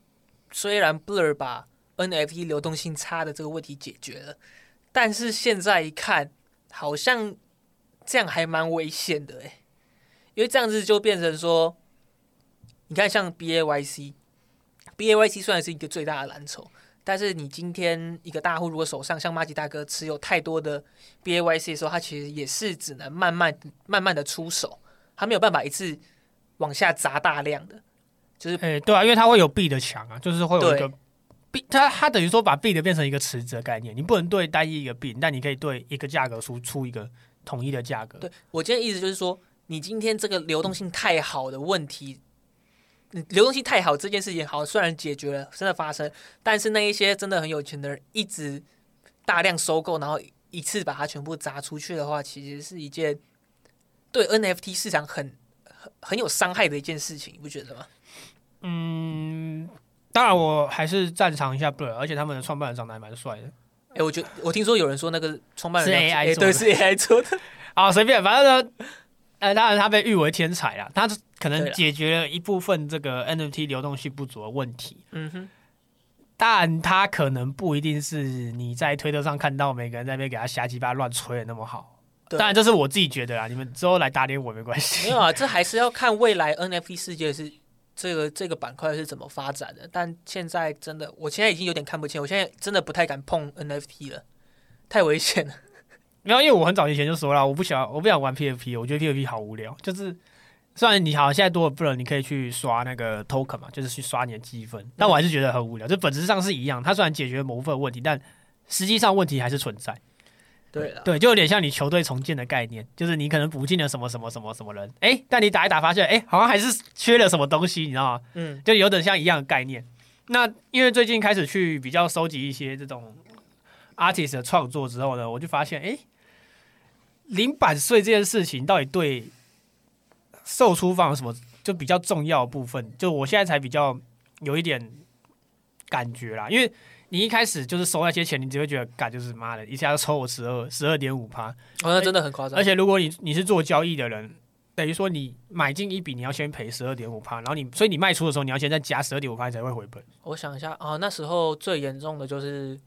Speaker 1: 虽然 Blur 把 NFT 流动性差的这个问题解决了，但是现在一看，好像这样还蛮危险的哎，因为这样子就变成说，你看像 BAYC。BAYC 虽然是一个最大的蓝筹，但是你今天一个大户如果手上像马吉大哥持有太多的 BAYC 的时候，它其实也是只能慢慢慢慢的出手，它没有办法一次往下砸大量的。就是
Speaker 2: 哎、对啊，因为它会有币的墙啊，就是会有一个币，它它等于说把币的变成一个池子的概念，你不能对单一一个币，但你可以对一个价格输出一个统一的价格。
Speaker 1: 对我今天意思就是说，你今天这个流动性太好的问题，嗯流动性太好这件事情好，虽然解决了，真的发生，但是那一些真的很有钱的人一直大量收购，然后一次把它全部砸出去的话，其实是一件对 NFT 市场很很很有伤害的一件事情，你不觉得吗？
Speaker 2: 嗯，当然我还是赞赏一下 Blur，而且他们的创办人长得还蛮帅的。
Speaker 1: 哎、我觉得我听说有人说那个创办人
Speaker 2: 是 AI
Speaker 1: 哎
Speaker 2: 做的
Speaker 1: 对，是 AI 做的，
Speaker 2: 啊，随便，反正呢，呃，当然他被誉为天才啦，他可
Speaker 1: 对
Speaker 2: 能
Speaker 1: 啦
Speaker 2: 解决了一部分这个 NFT 流动性不足的问题，
Speaker 1: 嗯哼，
Speaker 2: 但他可能不一定是你在推特上看到每个人在那边给他瞎鸡巴乱吹的那么好。
Speaker 1: 对啊
Speaker 2: 当然，这是我自己觉得啦，你们之后来打脸我没关
Speaker 1: 没
Speaker 2: 系
Speaker 1: 有。啊，这还是要看未来 NFT 世界是这个这个板块是怎么发展的。但现在真的，我现在已经有点看不清，我现在真的不太敢碰 NFT 了，太危险了。
Speaker 2: 没有，因为我很早以前就说了，我不喜欢，我不想玩 PFP，我觉得 PFP 好无聊。就是虽然你好现在多了不能，你可以去刷那个 token 嘛，就是去刷你的积分，但我还是觉得很无聊。就本质上是一样，它虽然解决了某部分问题，但实际上问题还是存在。
Speaker 1: 对了，
Speaker 2: 对，就有点像你球队重建的概念，就是你可能补进了什么什么什么什么人，哎，但你打一打发现，哎，好像还是缺了什么东西，你知道吗？
Speaker 1: 嗯，
Speaker 2: 就有点像一样的概念。那因为最近开始去比较收集一些这种 artist 的创作之后呢，我就发现，哎、零版税这件事情到底对售出方有什么就比较重要的部分？就我现在才比较有一点感觉啦，因为你一开始就是收那些钱，你只会觉得，干就是妈的，一下就抽我十二十二点五趴，
Speaker 1: 好、哦像真的很夸张
Speaker 2: 而。且如果你你是做交易的人，等于说你买进一笔，你要先赔十二点五趴，然后你所以你卖出的时候，你要先再加十二点五趴才会回本。
Speaker 1: 我想一下啊，那时候最严重的就是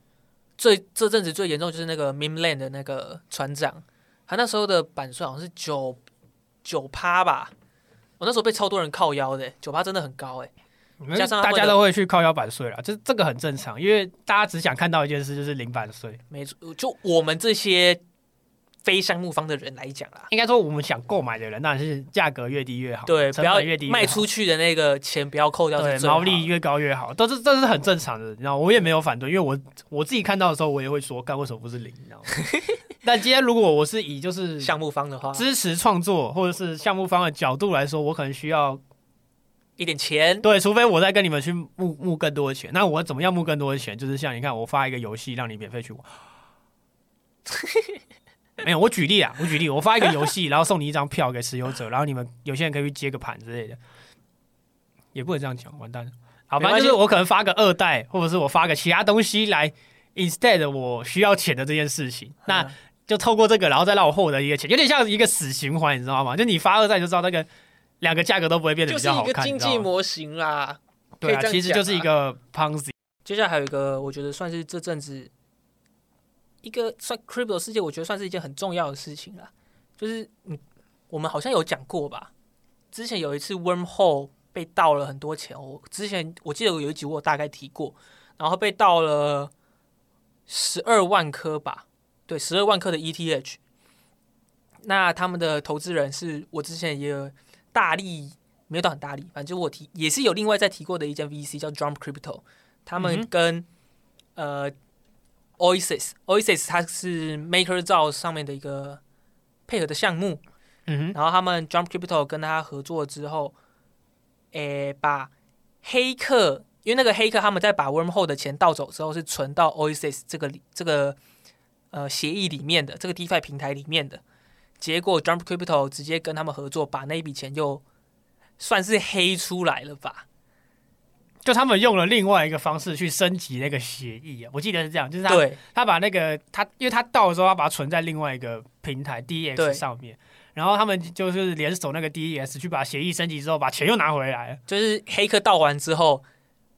Speaker 1: 最这阵子最严重就是那个 Meme Land 的那个船长，他那时候的版税好像是九九趴吧。我那时候被超多人靠腰的，欸九趴真的很高哎。加上他
Speaker 2: 大
Speaker 1: 们
Speaker 2: 家
Speaker 1: 的
Speaker 2: 都会去靠腰版税啦，这这个很正常，因为大家只想看到一件事，就是零版税。
Speaker 1: 没错，就我们这些非项目方的人来讲啦，
Speaker 2: 应该说我们想购买的人，当然是价格越低越好，
Speaker 1: 对，
Speaker 2: 成
Speaker 1: 不要
Speaker 2: 本越低越
Speaker 1: 卖
Speaker 2: 好
Speaker 1: 出去的那个钱不要扣掉
Speaker 2: 对
Speaker 1: 是，最好
Speaker 2: 毛
Speaker 1: 的
Speaker 2: 利越高越好，都是这是很正常的，你知道，我也没有反对，因为我我自己看到的时候，我也会说，干为什么不是零，
Speaker 1: <laughs>
Speaker 2: 你知道吗？但今天如果我是以就是
Speaker 1: 项目方的话，
Speaker 2: 支持创作或者是项目方的角度来说，我可能需要
Speaker 1: 一点钱，
Speaker 2: 对，除非我再跟你们去募募更多的钱，那我怎么样募更多的钱？就是像你看，我发一个游戏让你免费去玩。 <laughs> 没有，我举例啊，我举例，我发一个游戏，然后送你一张票给持有者，然后你们有些人可以去接个盘之类的，也不能这样讲，完蛋了。好，
Speaker 1: 没
Speaker 2: 反
Speaker 1: 关
Speaker 2: 正
Speaker 1: 系
Speaker 2: 就是我可能发个二代，或者是我发个其他东西来，instead 我需要钱的这件事情，那
Speaker 1: 嗯
Speaker 2: 就透过这个，然后再让我获得一个钱，有点像一个死循环，你知道吗？就你发二代你就知道那个两个价格都不会变得
Speaker 1: 就
Speaker 2: 比
Speaker 1: 是
Speaker 2: 较好
Speaker 1: 一
Speaker 2: 看，
Speaker 1: 个经
Speaker 2: 你知道
Speaker 1: 济
Speaker 2: 吗
Speaker 1: 模型啦。
Speaker 2: 对
Speaker 1: 可以
Speaker 2: 啊，
Speaker 1: 这样
Speaker 2: 其实就是一个 Ponzi。
Speaker 1: 接下来还有一个，我觉得算是这阵子一个算 crypto 世界，我觉得算是一件很重要的事情啦。就是嗯，我们好像有讲过吧？之前有一次 Wormhole 被盗了很多钱，我之前我记得有一集我有大概提过，然后被盗了十二万颗吧，对，十二万颗的 ETH。那他们的投资人是我之前也有大力，没有到很大力，反正就我提也是有另外再提过的一间 VC 叫 Drum Crypto，他
Speaker 2: 嗯
Speaker 1: 们
Speaker 2: 哼
Speaker 1: 跟、呃 Oasis Oasis 它是 Maker 造上面的一个配合的项目，
Speaker 2: 嗯哼，
Speaker 1: 然后他们 Jump Crypto 跟他合作之后，诶，把黑客，因为那个黑客他们在把 Wormhole 的钱盗走之后，是存到 Oasis 这个里这个呃协议里面的这个 DeFi 平台里面的。结果 Jump Crypto 直接跟他们合作，把那一笔钱又算是黑出来了吧？
Speaker 2: 就他们用了另外一个方式去升级那个协议啊，我记得是这样，就是他
Speaker 1: 对
Speaker 2: 他把那个他，因为他到的时候，他把它存在另外一个平台 DEX
Speaker 1: 对
Speaker 2: 上面，然后他们就是联手那个 DEX 去把协议升级之后，把钱又拿回来了。啊
Speaker 1: 就是黑客盗完之后，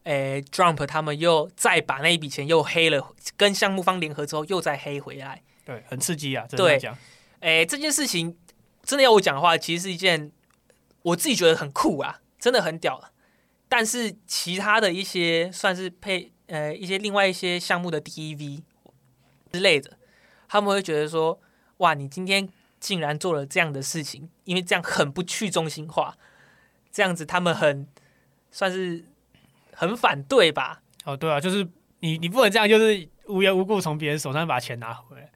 Speaker 1: 诶 d r u m p 他们又再把那一笔钱又黑了，跟项目方联合之后又再黑回来。
Speaker 2: 对，很刺激啊！真的
Speaker 1: 对
Speaker 2: 这样讲，
Speaker 1: 哎、这件事情真的要我讲的话，其实是一件我自己觉得很酷啊，真的很屌、啊。但是其他的一些算是配呃一些另外一些项目的 DEV 之类的，他们会觉得说，哇，你今天竟然做了这样的事情，因为这样很不去中心化，这样子他们很算是很反对吧？
Speaker 2: 哦，对啊，就是你你不能这样，就是无缘无故从别人手上把钱拿回来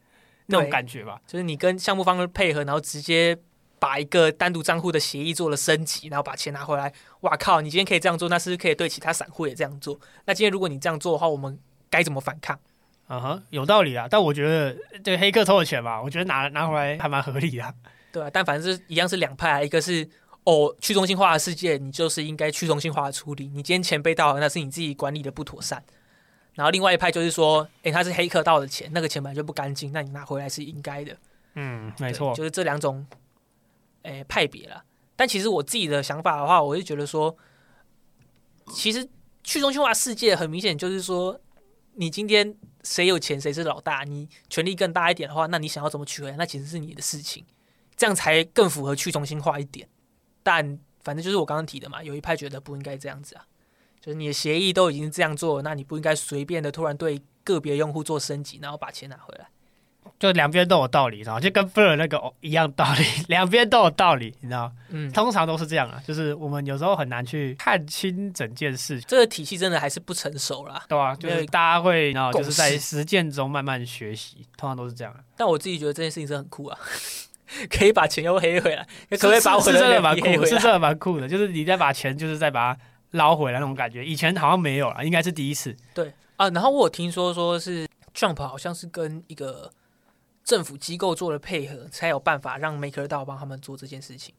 Speaker 2: 那种
Speaker 1: 对
Speaker 2: 感觉吧？
Speaker 1: 就是你跟项目方配合，然后直接把一个单独账户的协议做了升级，然后把钱拿回来。哇靠！你今天可以这样做，那是不是可以对其他散户也这样做？那今天如果你这样做的话，我们该怎么反抗？
Speaker 2: 嗯哼，有道理啊。但我觉得对黑客偷了钱嘛，我觉得拿拿回来还蛮合理的啊、
Speaker 1: 对啊，但反正是一样是两派啊，一个是哦去中心化的世界，你就是应该去中心化的处理。你今天钱被盗了，那是你自己管理的不妥善。然后另外一派就是说，诶，他是黑客盗的钱，那个钱本来就不干净，那你拿回来是应该的。
Speaker 2: 嗯， <laughs> 没
Speaker 1: 对
Speaker 2: 错。
Speaker 1: 就是这两种，诶、派别啦。但其实我自己的想法的话，我就觉得说，其实去中心化世界很明显就是说，你今天谁有钱谁是老大，你权力更大一点的话，那你想要怎么取回来，那其实是你的事情，这样才更符合去中心化一点。但反正就是我刚刚提的嘛，有一派觉得不应该这样子啊，就是你的协议都已经这样做了，那你不应该随便的突然对个别用户做升级，然后把钱拿回来。
Speaker 2: 就两边都有道理，然后就跟 Blur 那个 <laughs> 一样道理，两边都有道理，你知道，
Speaker 1: 嗯，
Speaker 2: 通常都是这样啊，就是我们有时候很难去看清整件事情，
Speaker 1: 这个体系真的还是不成熟啦。
Speaker 2: 对吧、啊？就
Speaker 1: 没有
Speaker 2: 是
Speaker 1: 一个
Speaker 2: 大家会，然后就是
Speaker 1: 共
Speaker 2: 在
Speaker 1: 识
Speaker 2: 实践中慢慢学习，通常都是这样、啊。
Speaker 1: 但我自己觉得这件事情真的很酷啊， <laughs> 可以把钱又黑回来，可不可以
Speaker 2: 是
Speaker 1: 把我
Speaker 2: 是
Speaker 1: 的
Speaker 2: 是真的
Speaker 1: 两
Speaker 2: 蛮
Speaker 1: 笔
Speaker 2: 酷
Speaker 1: 黑
Speaker 2: 的，
Speaker 1: 回
Speaker 2: 是
Speaker 1: 来？
Speaker 2: 真的蛮酷的，就是你再把钱，就是再把它捞回来那种感觉，以前好像没有了，应该是第一次。
Speaker 1: 啊，然后我有听说说是 Jump 好像是跟一个政府机构做了配合，才有办法让 Maker 道帮他们做这件事情。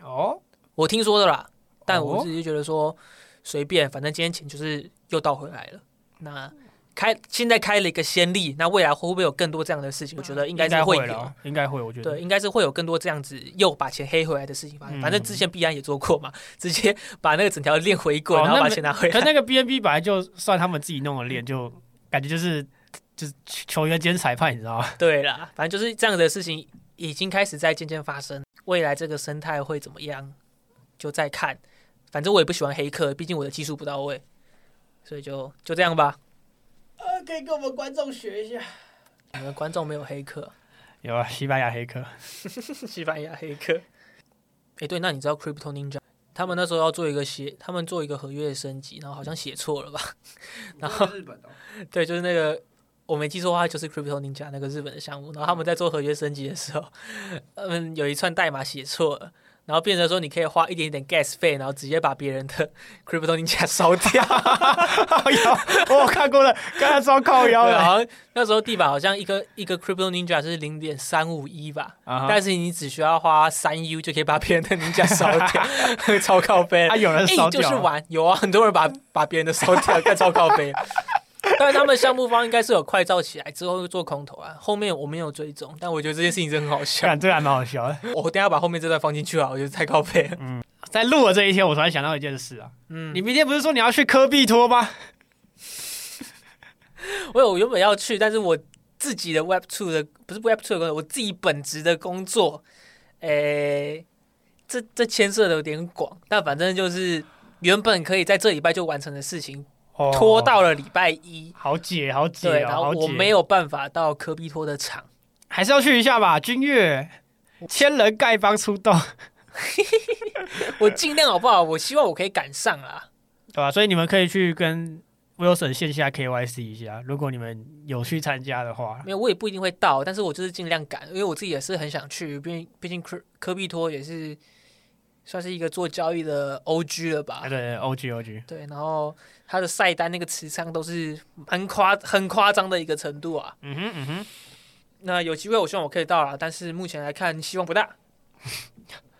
Speaker 2: 哦，
Speaker 1: 我听说的啦，但我
Speaker 2: 哦
Speaker 1: 自己就觉得说随便，反正今天钱就是又倒回来了。那开现在开了一个先例，那未来会不会有更多这样的事情？我觉得应该是
Speaker 2: 会
Speaker 1: 有。啊
Speaker 2: 了，应该会，我觉得。
Speaker 1: 对，应该是会有更多这样子又把钱黑回来的事情发生。
Speaker 2: 嗯
Speaker 1: 反正之前币安也做过嘛，直接把那个整条链回滚，
Speaker 2: 哦
Speaker 1: 然后
Speaker 2: 那
Speaker 1: 把
Speaker 2: 没
Speaker 1: 钱拿回
Speaker 2: <laughs> 可
Speaker 1: 来。
Speaker 2: 那个 BNB 本来就算他们自己弄的练，就感觉就是就是球员兼裁判，你知道吗？
Speaker 1: 对啦，反正就是这样的事情已经开始在渐渐发生。未来这个生态会怎么样，就再看。反正我也不喜欢黑客，毕竟我的技术不到位，所以就就这样吧。
Speaker 2: 呃，可以跟我们观众学一下。
Speaker 1: 我们观众没有黑客，
Speaker 2: 有啊，西班牙黑客， <laughs>
Speaker 1: <laughs> 西班牙 <laughs> 黑客。哎，对，那你知道 Crypto Ninja 他们那时候要做一个写，他们做一个合约的升级，然后好像写错
Speaker 3: <laughs>
Speaker 1: 了吧？然后
Speaker 3: 日本的哦，
Speaker 1: <laughs> 对，就是那个我没记错的话，就是 Crypto Ninja 那个日本的项目。然后他们在做合约升级的时候， <laughs> 嗯，有一串代码写错了，然后变成说你可以花一点点 gas 费，然后直接把别人的 <laughs> Crypto Ninja 烧掉。
Speaker 2: 哦有我有看过了，刚才超靠腰
Speaker 1: 对，
Speaker 2: 的，
Speaker 1: 好像那时候地板好像一个一个 Crypto Ninja 是零点三五一吧，
Speaker 2: 啊哈
Speaker 1: 但是你只需要花三 U 就可以把别人的 Ninja 烧掉，超靠背。
Speaker 2: 啊，有人
Speaker 1: 哎、
Speaker 2: 烧
Speaker 1: 就
Speaker 2: 掉
Speaker 1: 是
Speaker 2: 了，
Speaker 1: 玩，有啊，很多人把把别人的烧掉，干超靠背。 <laughs> 但是他们项目方应该是有快照起来之后做空头啊，后面我没有追踪，但我觉得这件事情真的很好笑。
Speaker 2: 看这个还蛮好笑的。
Speaker 1: 我等一下把后面这段放进去啊，我觉得太靠背了。
Speaker 2: 在录的这一天，我突然想到一件事啊，
Speaker 1: 嗯，
Speaker 2: 你明天不是说你要去科比托吗？
Speaker 1: 我有我原本要去，但是我自己的 Web Two 的不是 Web Two 的工作，我自己本职的工作，诶、这这牵涉的有点广，但反正就是原本可以在这礼拜就完成的事情，
Speaker 2: 哦
Speaker 1: 拖到了礼拜一。
Speaker 2: 好解好解
Speaker 1: 对，
Speaker 2: 哦，
Speaker 1: 然后
Speaker 2: 好解，
Speaker 1: 我没有办法到科比托的
Speaker 2: <laughs>
Speaker 1: 场，
Speaker 2: 还是要去一下吧。君越千人丐帮出动，
Speaker 1: 我尽量好不好？我希望我可以赶上啊啦。
Speaker 2: 对吧、所以你们可以去跟 Wilson 线下 KYC 一下，如果你们有去参加的话。
Speaker 1: 没有，我也不一定会到，但是我就是尽量赶，因为我自己也是很想去，毕竟毕竟科科比托也是算是一个做交易的 OG 了吧
Speaker 2: 啊，。对，O G O G，
Speaker 1: 对，然后他的晒单那个持仓都是蛮夸很夸张的一个程度啊。
Speaker 2: 嗯哼嗯哼，
Speaker 1: 那有机会我希望我可以到啦，但是目前来看希望不大。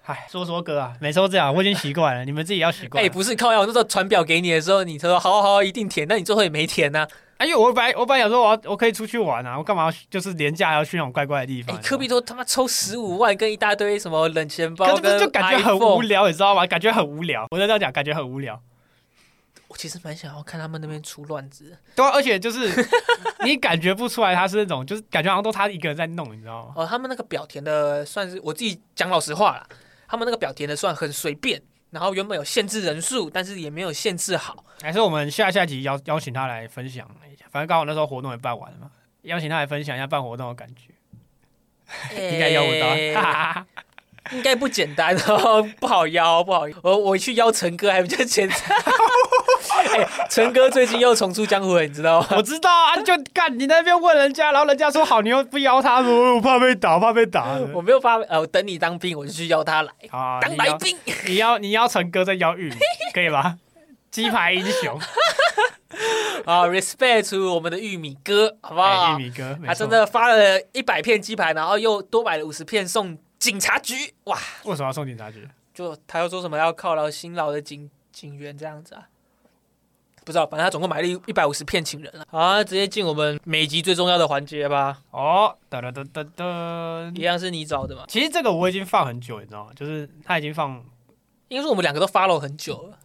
Speaker 2: 嗨，说说哥啊，每次都这样，我已经习惯了，你们自己要习
Speaker 1: 哎、
Speaker 2: 惯。哎、
Speaker 1: 不是靠呀，我那时候传表给你的时候，你说好好好一定填，那你最后也没填啊呐、
Speaker 2: 啊因为我本来我本来想说我要我可以出去玩啊，我干嘛要去就是廉价还要去那种怪怪的地
Speaker 1: 哎、
Speaker 2: 方？
Speaker 1: 科比托他妈抽十五万跟一大堆什么冷钱
Speaker 2: 可
Speaker 1: 包
Speaker 2: 是不是
Speaker 1: 跟
Speaker 2: 就感觉很无
Speaker 1: iPhone，
Speaker 2: 聊，你知道吗？感觉很无聊。我在这样讲，感觉很无聊。
Speaker 1: 我其实蛮想要看他们那边出乱子。
Speaker 2: 对、啊，而且就是你感觉不出来他是那种，就是感觉好像都他一个人在弄，你知道吗？
Speaker 1: 哦，他们那个表填的算是我自己讲老实话啦，他们那个表填的算很随便，然后原本有限制人数，但是也没有限制好。
Speaker 2: 还哎是我们下下集邀邀请他来分享一下，反正刚好那时候活动也办完了嘛，邀请他来分享一下办活动的感觉，应该邀不到 <laughs>
Speaker 1: 哎。
Speaker 2: 哈哈哈
Speaker 1: 应该不简单哦， <laughs> 不好邀，不好邀。我我去邀陈哥还比较简
Speaker 2: <laughs>
Speaker 1: 单。哎陈、哥最近又重出江湖了，你知道吗？
Speaker 2: 我知道啊，就干你那边问人家，然后人家说好，你又不邀他，我怕被打，怕被
Speaker 1: <laughs>
Speaker 2: 打。
Speaker 1: 我没有发，呃，我等你当兵，我就去邀他来
Speaker 2: 嗯啊，
Speaker 1: 哎当
Speaker 2: 你
Speaker 1: 来
Speaker 2: 邀
Speaker 1: 宾。
Speaker 2: 你邀你邀陈哥再邀玉米，可以吧？ <laughs> 鸡排英
Speaker 1: <laughs>
Speaker 2: 雄，
Speaker 1: <laughs> 啊，respect to 我们的玉米哥，好不
Speaker 2: 哎
Speaker 1: 好
Speaker 2: 玉？米哥，没
Speaker 1: 他
Speaker 2: 错
Speaker 1: 真的发了一百片鸡排，然后又多买了五十片送警察局，哇！
Speaker 2: 为什么要送警察局？
Speaker 1: 就他又说什么要犒劳辛劳的警警员这样子啊，不知道，反正他总共买了一一百五十片请人了。好、啊，直接进我们每集最重要的环节吧，
Speaker 2: 哦，噔噔噔噔噔
Speaker 1: 一。样是你找的嘛？
Speaker 2: 其实这个我已经放很久，你知道吗？就是他已经放，
Speaker 1: 应该说我们两个都 follow 很久了，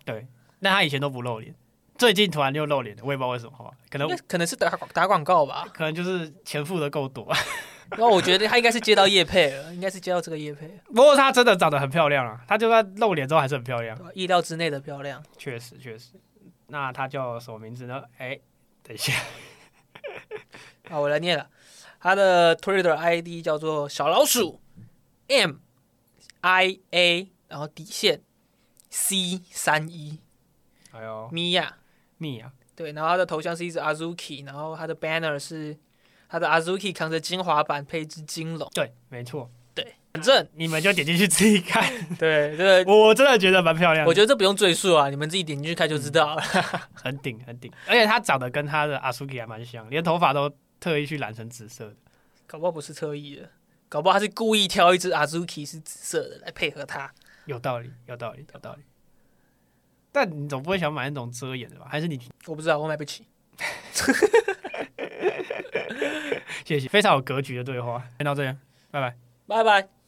Speaker 2: 但他以前都不露脸，最近突然又露脸了，我也不知道为什么，可能
Speaker 1: 应该可能是打打广告吧。
Speaker 2: 可能就是钱付的够多。啊
Speaker 1: 然后我觉得他应该是接到叶配了，应该是接到这个叶配了，
Speaker 2: <laughs> 不过她真的长得很漂亮啊，她就算露脸之后还是很漂亮
Speaker 1: 对。吧意料之内的漂亮。
Speaker 2: 确实确实，那他叫什么名字呢？哎、等一下，
Speaker 1: 好，我来念了，他的 Twitter ID 叫做小老鼠 M I A，然后底线 C 三一
Speaker 2: 哎呦，
Speaker 1: 米娅。
Speaker 2: 蜜啊，
Speaker 1: 对，然后他的头像是一只 Azuki，然后他的 banner 是他的 Azuki 扛着精华板配一只金龙，
Speaker 2: 对，没错，
Speaker 1: 反正
Speaker 2: 你们就点进去自己看。
Speaker 1: 对这个。
Speaker 2: 我我真的觉得蛮漂亮的，
Speaker 1: 我觉得这不用赘述啊，你们自己点进去看就知道了。
Speaker 2: 得很顶很顶，而且她长得跟她的阿苏基还蛮像，连头发都特意去染成紫色的。
Speaker 1: 搞不好不是特意的，搞不好他是故意挑一只 Azuki 是紫色的来配合他。
Speaker 2: 有道理，有道理，有道理。但你总不会想买那种遮掩的吧？还是你
Speaker 1: 我不知道，我买不起。
Speaker 2: <laughs> 谢谢，非常有格局的对话。先到这边，拜拜。
Speaker 1: 拜拜。